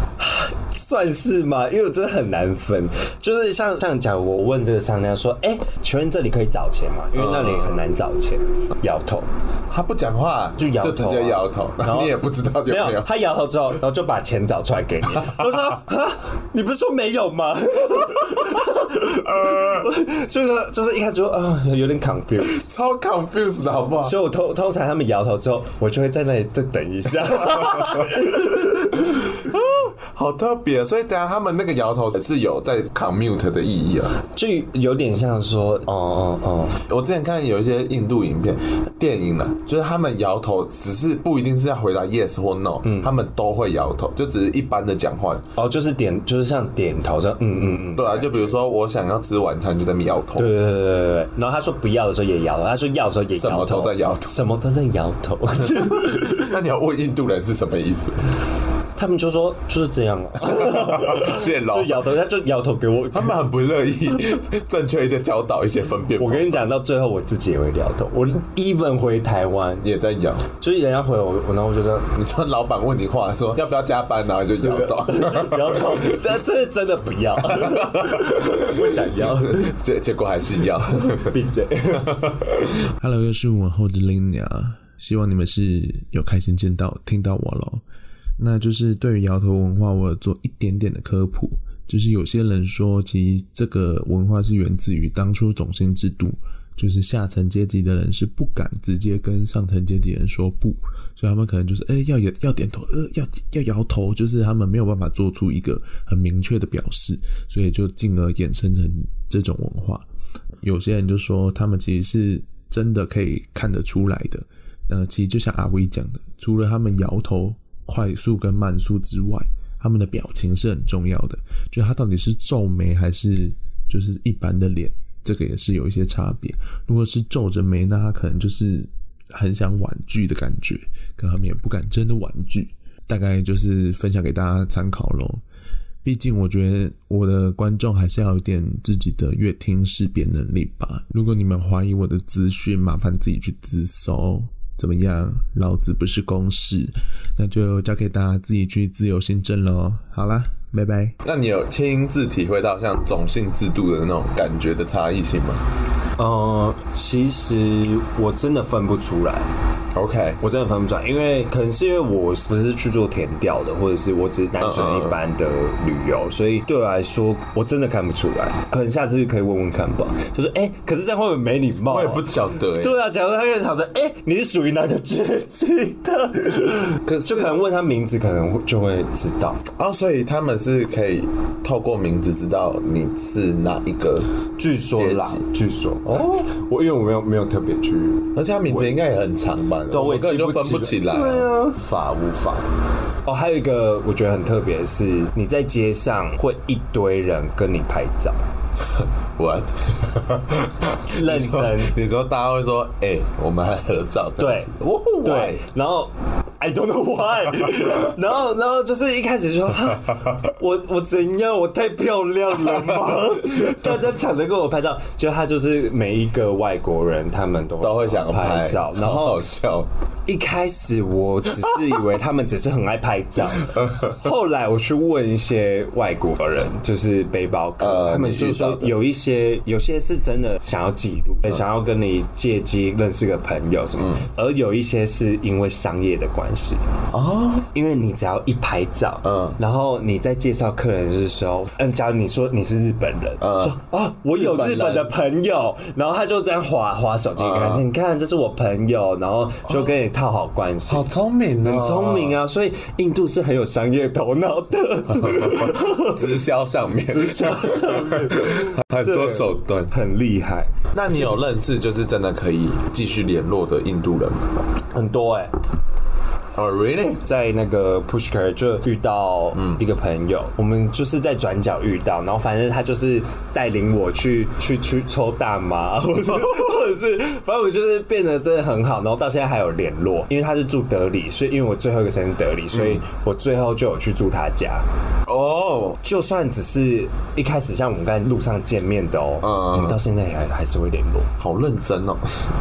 A: 算是吗？因为我真的很难分，就是像像讲，我问这个商家说，哎、请问这里可以找钱吗？
C: 嗯
A: 因为那里很难找钱，摇头，
C: 他不讲话
A: 就摇头啊
C: 直接摇头，
A: 然后
C: 你也不知道有
A: 没
C: 没
A: 有，
C: 有。
A: 他摇头之后，然后就把钱找出来 给你。我说啊，你不是说没有吗？呃，所以呢， 就是一开始说啊、有点 confused，
C: 超 confused 的好不好？
A: 所以我通通常他们摇头之后，我就会在那里再等一下。
C: 好特别，所以等下他们那个摇头是有在 commute 的意义啊。
A: 就有点像说，哦哦哦，
C: 我之前看有一些印度影片、电影呢，就是他们摇头，只是不一定是要回答 yes 或 no，、他
A: 嗯
C: 们都会摇头，就只是一般的讲话。
A: 哦，就是点，就是像点头，说嗯嗯嗯，
C: 对啊，就比如说我想要吃晚餐，就在那边摇头
A: 对，对对对对对，呃然后他说不要的时候也摇头，他说要的时候也
C: 什
A: 摇
C: 么
A: 头，
C: 都在摇头。
A: 什么都在摇头，
C: 那你要问印度人是什么意 思？
A: 他们就说就是这样 了，
C: 谢老
A: 就摇头，他就摇头给我。
C: 他们很不乐意正确一些教导一些分辨。
A: 我跟你讲，到最后我自己也会摇头。我 even 回台湾，
C: 也在摇，
A: 就是人家回我，我然后我就说
C: 你说老板问你话说要不要加班，然后就摇 头。
A: 摇头，但这是真的不要， 不想要，
C: 结结果还是要。
A: 闭嘴。
B: Hello，又是我后的 Lina，希望你们是有开心见到听到我喽。那就是对于摇头文化，我有做一点点的科普，就是有些人说，其实这个文化是源自于当初种姓制度，就是下层阶级的人是不敢直接跟上层阶级人说不，所以他们可能就是哎、要也要点头，呃要要摇头，就是他们没有办法做出一个很明确的表示，所以就进而衍生成这种文化。有些人就说他们其实是真的可以看得出来的。呃，其实就像阿威讲的，除了他们摇头快速跟慢速之外，他们的表情是很重要的，就他到底是皱眉还是就是一般的脸，这个也是有一些差别。如果是皱着眉，那他可能就是很想婉拒的感觉，可他们也不敢真的婉拒。大概就是分享给大家参考喽。
C: 毕竟我觉得我的观众还是要有点自己的乐听识别能力吧。如果你们怀疑我的资讯，麻烦自己去自搜。怎么样？老子不是公式，那就交给大家自己去自由心证喽。好啦，拜拜。
B: 那你有亲自体会到像种姓制度的那种感觉的差异性吗
A: 呃，其实我真的分不出来，
B: ？OK，
A: 我真的分不出来，因为可能是因为我不是去做填调的，或者是我只是单纯一般的旅游，所以对我来说我真的看不出来。可能下次可以问问看吧。 就是哎、可是这样会不会没礼貌、啊？
B: 我也不晓得、欸。
A: 对啊，假如他跟你讨论，哎、你是属于哪个阶级的？
B: 可
A: 就是可能问他名字，可能会就会知道。
B: 哦，所以他们是可以透过名字知道你是哪一个，
A: 据说啦
B: 阶，
A: 据说哦，我因为我没有没有特别去，
B: 而且他名字应该也很长吧？
A: 对，我也
B: 个人
A: 记
B: 就分不起来。
A: 对啊，法无法。哦，还有一个我觉得很特别的是，你在街上会一堆人跟你拍照，
B: What？
A: 认真。
B: 你说大家会说，哎、我们还合照这样
A: 对
B: 子？哦，
A: 对，然后 I don't know why，然 后然后就是一开始说哈我我怎样，我太漂亮了吗？ 大家抢着跟我拍照，就他就是每一个外国人，他们都
B: 都会想要
A: 拍
B: 拍
A: 照，然
B: 好
A: 后
B: 好笑。
A: 一开始我只是以为他们只是很爱拍 照，后来我去问一些外国人，就是背包客，
B: 呃
A: 他们
B: 你
A: 就
B: 遇到
A: 说
B: 的嗯
A: 有一些有些是真的想要记录，想要跟你借机认识个朋友什么，而有一些是因为商业的关系，
B: 哦，
A: 因为你只要一拍照，嗯
B: 嗯，
A: 然后你在介绍客人的时候，嗯，假如你说你是日本人，
B: 嗯
A: 说啊，我有日
B: 日
A: 本
B: 本
A: 的
B: 人
A: 朋友，然后他就这样划划手机给他，你看这是我朋友，然后就跟你套好关系。
B: 好聪明哦，
A: 很聪明啊，所以印度是很有商业头脑 的，
B: 直销上面，直销上面很多手段。
A: 很厉害，
B: 那你有认识就是真的可以继续联络的印度人吗？
A: 很多哎、
B: 哦、r e a l l y
A: 在那个 Pushkar 就遇到一个朋友，我们就是在转角遇到，然后反正他就是带领我去去去抽大麻， 或者或者是反正我们就是变得真的很好，然后到现在还有联络，因为他是住德里，所以因为我最后一个城市德里，所以我最后就有去住他家。
B: 哦，
A: 就算只是一开始像我们刚才路上见面的哦，
B: 嗯
A: 我们到现在也还还是会联络，
B: 好认真哦。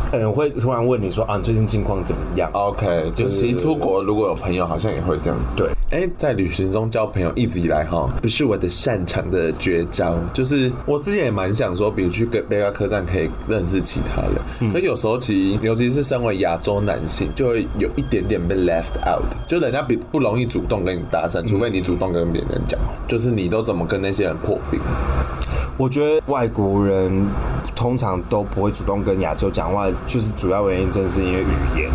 A: 可能会突然问你说啊，你最近近况怎么样？
B: OK，就其实出国如果有朋友，好像也会这样子。
A: 对，
B: 哎、在旅行中交朋友一直以来哈，不是我的擅长的绝招，就是我之前也蛮想说，比如去背包客栈可以认识其他人，可有时候其实尤其是身为亚洲男性，就会有一点点被 left out，就人家比不容易主动跟你搭讪，除非你主动跟别人讲，就是你都怎么跟那些人破冰？
A: 我觉得外国人通常都不会主动跟亚洲讲话，就是主要原因真的是因为语言。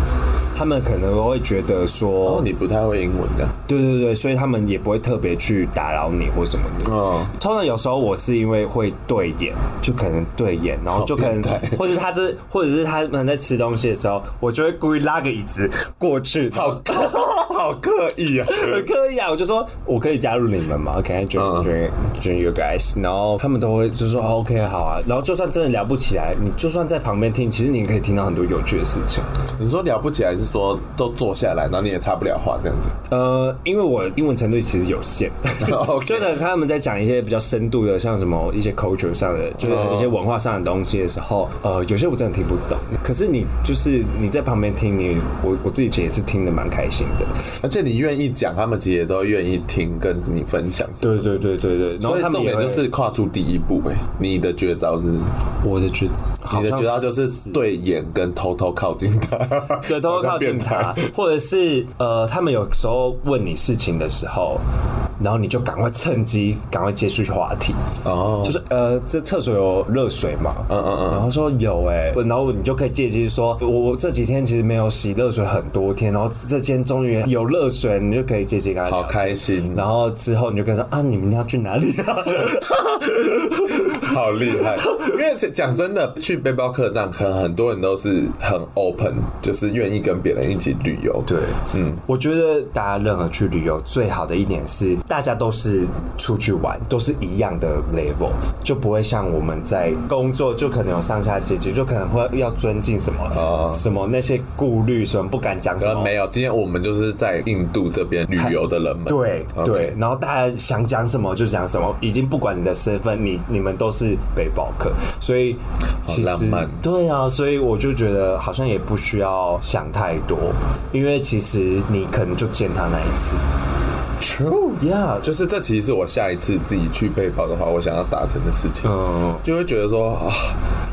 A: 他们可能会觉得
B: 哦，
A: 说，
B: 你不太会英文的，
A: 对对对，所以他们也不会特别去打扰你或什么的。
B: 哦，
A: 通常有时候我是因为会对眼，就可能对眼，然后就可能
B: 好变，态
A: 或者他这，或者是他们在吃东西的时候，我就会故意拉个椅子过去，
B: 好 好刻意啊！
A: 很刻意啊，我就说我可以加入你们嘛，Can I
B: 嗯
A: join join join you guys？然后他们都会就说哦 OK 好啊，然后就算真的聊不起来，你就算在旁边听，其实你也可以听到很多有趣的事情。
B: 你说了不起来是说都坐下来，然后你也插不了话这样子？
A: 呃，因为我英文程度其实有 限，
B: OK
A: 就等他们在讲一些比较深度的，像什么一些 culture 上的，就是一些文化上的东西的时候，呃，有些我真的听不懂。可是你就是你在旁边听你，我我自己其实也是听得蛮开心的。
B: 而且你愿意讲，他们其实也都愿意听，跟你分享。
A: 对对对对对，然后
B: 所以
A: 他们
B: 重
A: 也
B: 点
A: 会
B: 就是跨出第一步、哎，你的绝招是不是？
A: 我的觉，好
B: 你的
A: 像
B: 绝招就是对眼跟偷偷靠近他，
A: 对，都会
B: 好像
A: 靠近
B: 变
A: 他
B: 态，
A: 或者是呃，他们有时候问你事情的时候，然后你就赶快趁机赶快接续话题，
B: 哦
A: 就。是呃，这厕所有热水嘛？嗯嗯嗯，然后说有哎、然后你就可以借机说，我我这几天其实没有洗热水很多天，然后这间终于有热水，你就可以借机跟他
B: 好
A: 聊。
B: 开心，
A: 然后之后你就跟他说啊，你明天要去哪里啊？
B: 好厉害！因为讲讲真的，去背包客栈，可能很多人都是很 open，就是愿意跟别人一起旅游。
A: 对，嗯，我觉得大家任何去旅游最好的一点是大家都是出去玩，都是一样的 level，就不会像我们在工作就可能有上下阶级，就可能会要尊敬什么、
B: 哦
A: 什么那些顾虑，什么不敢讲什
B: 呃，
A: 么。
B: 没有，今天我们就是在印度这边旅游的人们，
A: 对
B: OK
A: 对，然后大家想讲什么就讲什么，已经不管你的身份，你你们都是背包客，所以其实
B: 浪漫
A: 对啊，所以我就觉得好像也不需要想太多，因为其实你可能就见他那一次
B: True，
A: ，Yeah，就
B: 就是这其实是我下一次自己去背包的话，我想要达成的事情，
A: 嗯
B: 就会觉得说啊，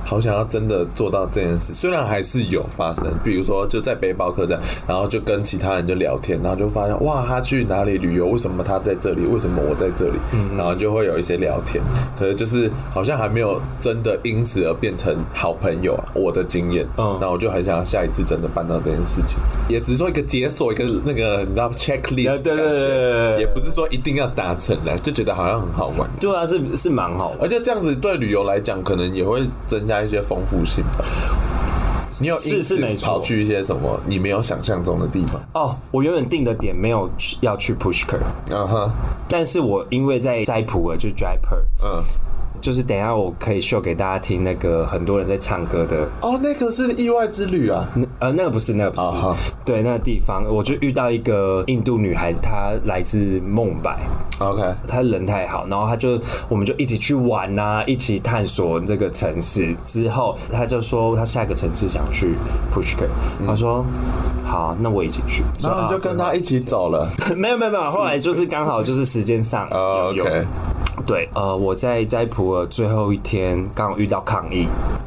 B: 好想要真的做到这件事。虽然还是有发生，比如说就在背包客栈，然后就跟其他人就聊天，然后就发现哇，他去哪里旅游？为什么他在这里？为什么我在这里？
A: 嗯
B: 然后就会有一些聊天，可是就是好像还没有真的因此而变成好朋友啊。我的经验，
A: 嗯
B: 嗯，那我就很想要下一次真的办到这件事情，也只是说一个解锁一个那个你知道 checklist，
A: 对对对
B: 的
A: 对对
B: 感觉
A: 对
B: 也不是说一定要达成的，就觉得好像很好玩。
A: 对啊，是是蛮好的。
B: 而且这样子对旅游来讲，可能也会增加一些丰富性吧。你有因
A: 是是
B: 此
A: 没错
B: 跑去一些什么你没有想象中的地方？
A: 哦，我原本定的点没有去要去 Pushker，
B: 嗯哼，
A: 但是我因为在斋普尔就是 Driper，
B: 嗯，
A: 就是等一下我可以秀给大家听那个很多人在唱歌的，
B: 哦，那个是意外之旅啊，
A: 那呃那个不是那个不是，
B: 哦好
A: 对那个地方我就遇到一个印度女孩，她来自孟买，
B: OK，
A: 她人太好，然后她就我们就一起去玩啊，一起探索这个城市。之后她就说她下一个城市想去 Pushker，、她说好，那我一起去。
B: 嗯然后你就跟他一起走了。
A: 没有没有没有，后来就是刚好就是时间上
B: 哦
A: 有
B: OK
A: 对，呃，我在斋普尔最后一
B: Oh
A: 天刚好遇到抗议，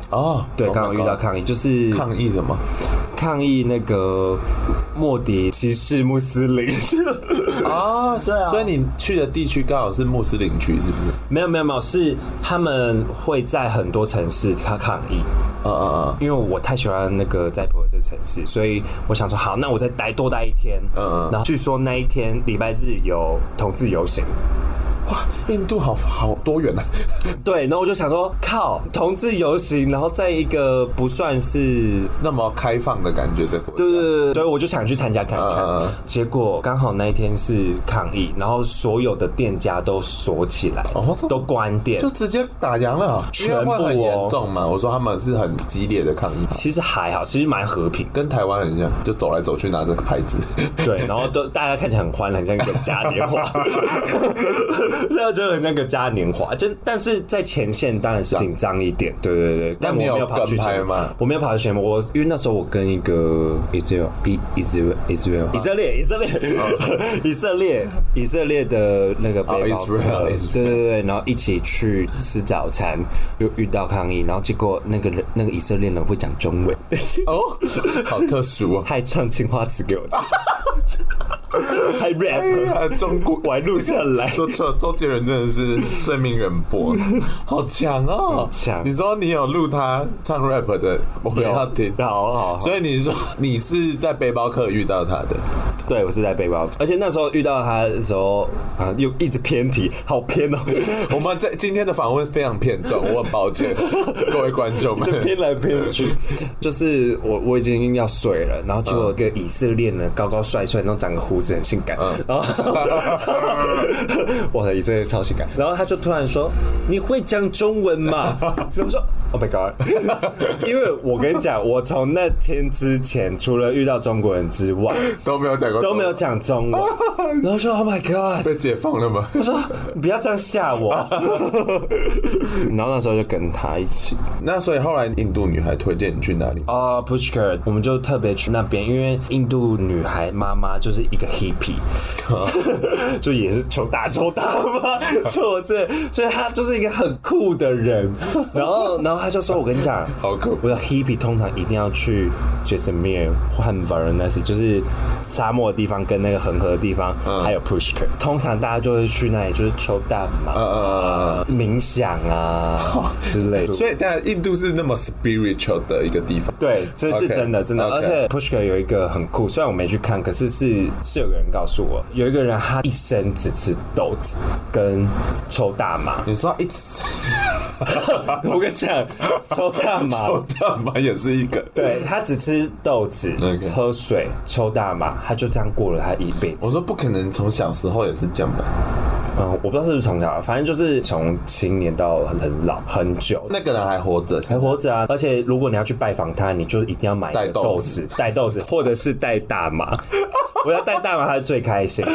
B: 哦，
A: 对，
B: Oh my
A: 刚好遇到
B: God
A: 抗议，就是
B: 抗议什么？
A: 抗议那个莫迪歧视穆斯林。
B: 啊，对
A: 啊
B: 所以你去的地区刚好是穆斯林区，是不是？
A: 没有没有没有，是他们会在很多城市他抗议，
B: 嗯嗯
A: 因为我太喜欢那个斋普尔这城市，所以我想说好，那我再待多待一天。
B: 嗯嗯
A: 然后据说那一天礼拜日有同志游行，
B: 嗯，哇，印度好好多元啊！
A: 对，然后我就想说，靠，同志游行，然后在一个不算是。
B: 那么开放的感觉的国家，
A: 对对对对，所以我就想去参加看看。
B: 嗯嗯嗯
A: 结果刚好那一天是抗议，然后所有的店家都锁起来，
B: 哦这
A: 都关店
B: 就。直接打烊了啊，
A: 全部
B: 因为会很
A: 哦
B: 严重嘛。我说他们是很激烈的抗议，
A: 其实还好，其实蛮和平的。
B: 跟台湾很像，就走来走去拿着牌 子。
A: 对，然后都大家看起来很欢乐，很像一个嘉年 华，这样就很那个嘉年华。就但是在前线当然是紧张一点，对对对。但我
B: 你
A: 没
B: 有
A: 有跑去
B: 跟拍
A: 前
B: 吗
A: 我没有跑去前面，我因为那时候我跟一个 Israel B Israel Israel 啊以色列以色列 以色列以色列的那个背包客
B: 哦，Israel，Israel
A: 对对对，然后一起去吃早餐，又遇到抗议，然后结果那个人那个以色列人会讲中文，
B: 哦， 好特殊啊！
A: 还唱青花瓷给我 听，还 rap。
B: 哎呀中国
A: 我还录下来。
B: 周周周杰伦真的是生命远 播，好强哦！
A: 强
B: 你说你有录他唱 rap 的，我要听。
A: 哎好好，所以
B: 所以你说你是在背包客遇到他的，
A: 对我是在背包，而且那时候遇到他的时候啊，又一直偏题，好偏哦，
B: 我们在今天的访问非常片段，我很 抱歉，各位观众们。
A: 偏来偏去。就是我我已经要睡了，然后结果有一个以色列人高高帅帅，然后长个胡子很性感，然后 哇塞，以色列超性感。然后他就突然说：“你会讲中文吗？” 然后我说：“Oh my god！” 因为我跟你讲，我从那天之前，除了遇到中国人之外，
B: 都没有讲过，
A: 都没有讲中文，然后说 Oh my God，
B: 被解放了吗？
A: 我说你不要这样吓我， 然后那时候就跟他一起
B: 那所以后来印度女孩推荐你去哪里？
A: 啊、p u s h k e r 我们就特别去那边，因为印度女孩妈妈就是一个 hippie，就也是穷打穷打嘛，所以这，所以她就是一个很酷的人，然后然后她就说，我跟你讲，
B: 好可
A: 我
B: 怕！
A: 的 hippie 通常一定要去 Jaisalmer 和 Varanasi，就是沙漠的地方跟那个恒河的地方，还有 Pushkar。通常大家就会去那里，就是抽大麻、
B: 呃，
A: 冥想啊之类 的。
B: 所以，但印度是那么 spiritual 的一个地方。
A: 对，这是
B: OK，
A: 真的，真的。
B: OK
A: 而且 Pushkar 有一个很酷，虽然我没去看，可是是是有个人告诉我，有一个人他一生只吃豆子跟抽大麻。
B: 你说一 直
A: 我跟你讲，抽大麻，
B: 抽大麻也是一个。
A: 对他只吃豆子
B: OK
A: 喝水、抽大麻，他就这样过了他一辈子
B: 我。说不可能，从小时候也是这样吧？
A: 嗯，我不知道是不是从小，反正就是从青年到很老很久。
B: 那个人还活着，
A: 还活着啊！而且如果你要去拜访他，你就是一定要买一个
B: 带豆
A: 豆子，带豆子，或者是带大 麻。我要带大麻，他最开心。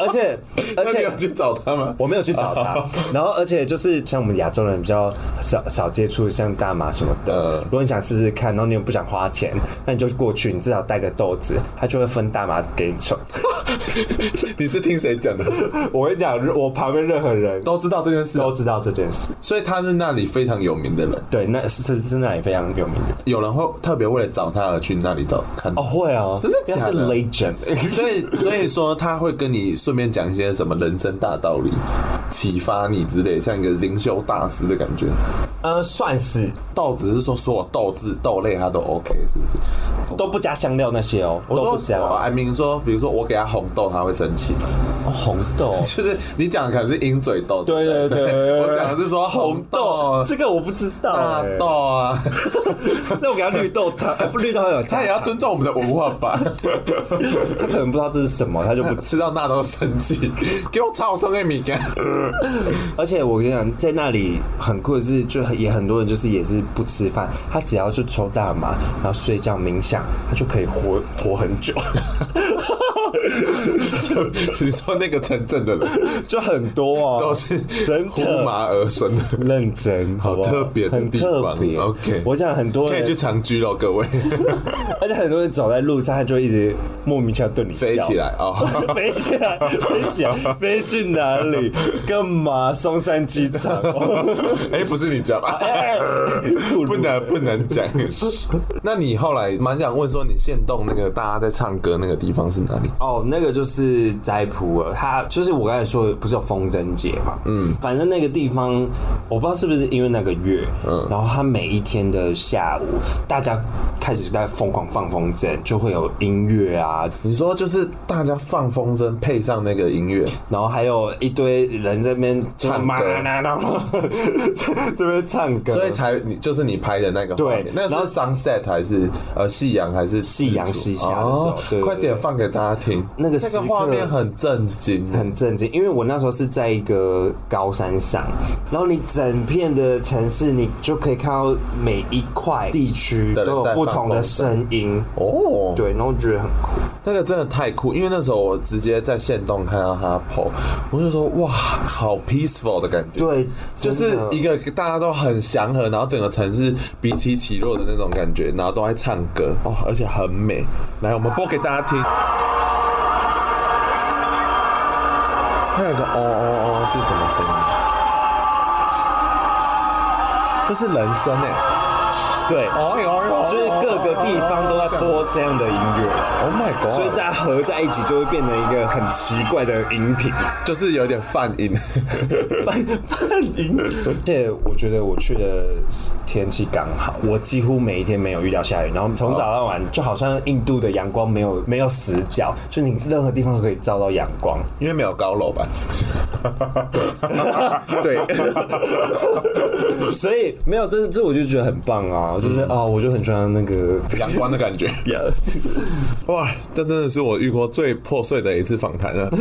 A: 而且，而
B: 那你
A: 且
B: 有去找他吗？
A: 我没有去找 他。然后，而且就是像我们亚洲人比较少少接触像大麻什么的
B: 嗯。
A: 如果你想试试看，然后你又不想花钱，那你就过去，你至少带个豆子，他就会分大麻给你 抽。
B: 你是听谁讲的？
A: 我跟你讲，我旁边任何人都
B: 都知道这件事，
A: 都知道这件啊事。
B: 所以他是那里非常有名的人。
A: 对，那是是是那里非常有名的
B: 有人会特别为了找他而去那里找看
A: 哦，会哦，
B: 真的假
A: 那
B: 的
A: 是 legend。
B: 所以，所以说他会跟你顺便讲一些什么人生大道理，启发你之类，像一个灵修大师的感觉。
A: 呃，算是
B: 豆子是说所有豆制豆类他都 OK，是不是？
A: 都不加香料那些哦，
B: 我
A: 都不
B: 说
A: 加
B: 我，I mean 说，比如说我给他红豆，他会生气吗？
A: 哦红豆。
B: 就是你讲的可能是鹰嘴豆，
A: 对
B: 不
A: 对对对
B: 我讲的是说 红豆、
A: 这个我不知道
B: 大
A: 欸，
B: 豆啊，
A: 那我给他绿豆 汤，呃不绿豆汤有加
B: 他也要尊重我们的文化 吧。
A: 他可能不知道这是什么，他就 不吃。
B: 吃到那都生气，给我炒上面 米干。
A: 而且我跟你讲，在那里很酷的是，就也很多人就是也是不吃饭，他只要就抽大麻，然后睡觉冥想，他就可以活活很久，
B: 你说那个城镇的人
A: 就很多哦，
B: 都是
A: 真
B: 呼
A: 的。
B: 麻而生的，
A: 认真，好不好
B: 特别的
A: 很
B: 地
A: 特
B: 方
A: 别。
B: OK
A: 我想很多
B: 可以去
A: 人，
B: 长居喽，各位
A: 而且很多人走在路上，他就一直莫名其妙对你笑
B: 飞起来啊！哦
A: 飞起来，飞起来，飞去哪里？干嘛？松山机 场？
B: 哎、不是你讲吧？
A: 哎
B: 不能不能讲。 那你后来蛮想问说，你现动那个大家在唱歌那个地方是哪里？
A: 哦，那个就是斋浦了。它就是我刚才说，不是有风筝节嘛？嗯，反正那个地方，我不知道是不是因为那个月，嗯，然后它每一天的下午，大家开始在疯狂放风筝，就会有音乐啊，
B: 你说就是大家放风声配上那个音乐，
A: 然后还有一堆人在那边
B: 唱歌
A: 然 后这边唱歌，
B: 所以才你就是你拍的那个
A: 对
B: 画面那是
A: 然后
B: sunset 还是呃夕阳还是
A: 夕阳西下的时候
B: 哦
A: 对对对
B: 快点放给大家听。
A: 那个
B: 那
A: 时
B: 个
A: 刻
B: 画面很震惊，
A: 很震惊，因为我那时候是在一个高山上，然后你整片的城市，你就可以看到每一块地区
B: 的人
A: 都有
B: 在
A: 不
B: 放
A: 同的
B: 风
A: 声音，
B: 哦，
A: 对，然后觉得很酷。
B: 那个真的太酷，因为那时候我直接在线动看到他 PO，我就说哇，好 peaceful 的感觉。
A: 对，
B: 就是一
A: 个
B: 个大家都很祥和，然后整个城市比起起落的那种感觉，然后都在唱歌哦，而且很美。来，我们播给大家听。还有一个哦哦哦是什么声音？这是人声哎
A: 对，
B: 哦哎哦哦
A: 就是各个地方都在播这样的音乐，
B: ！Oh my
A: 所以
B: god！
A: 大家合在一起就会变成一个很奇怪的音频。
B: 就是有点泛音。
A: 而且我觉得我去的天气刚好，我几乎每一天没有遇到下雨，然后从早到晚就好像印度的阳光没有没有死角，就你任何地方都可以照到阳光。
B: 因为没有高楼吧？
A: 对，所以没有这这我就觉得很棒啊，就是啊、我就很喜欢那个
B: 阳光的感觉。哇，这真的是我遇过最破碎的一次访谈了。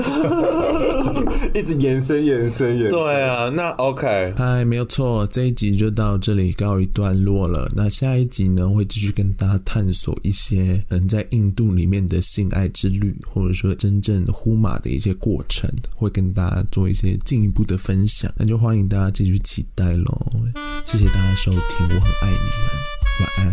A: 一直延伸延伸延伸。
B: 对啊，那 OK，
C: 嗨，没有错，这一集就到这里告一段落了。那下一集呢，会继续跟大家探索一些可能在印度里面的性爱之旅，或者说真正呼马的一些过程，会跟大家做一些进一步的分享。那就欢迎大家继续期待喽。谢谢大家收听，我很爱你们，晚安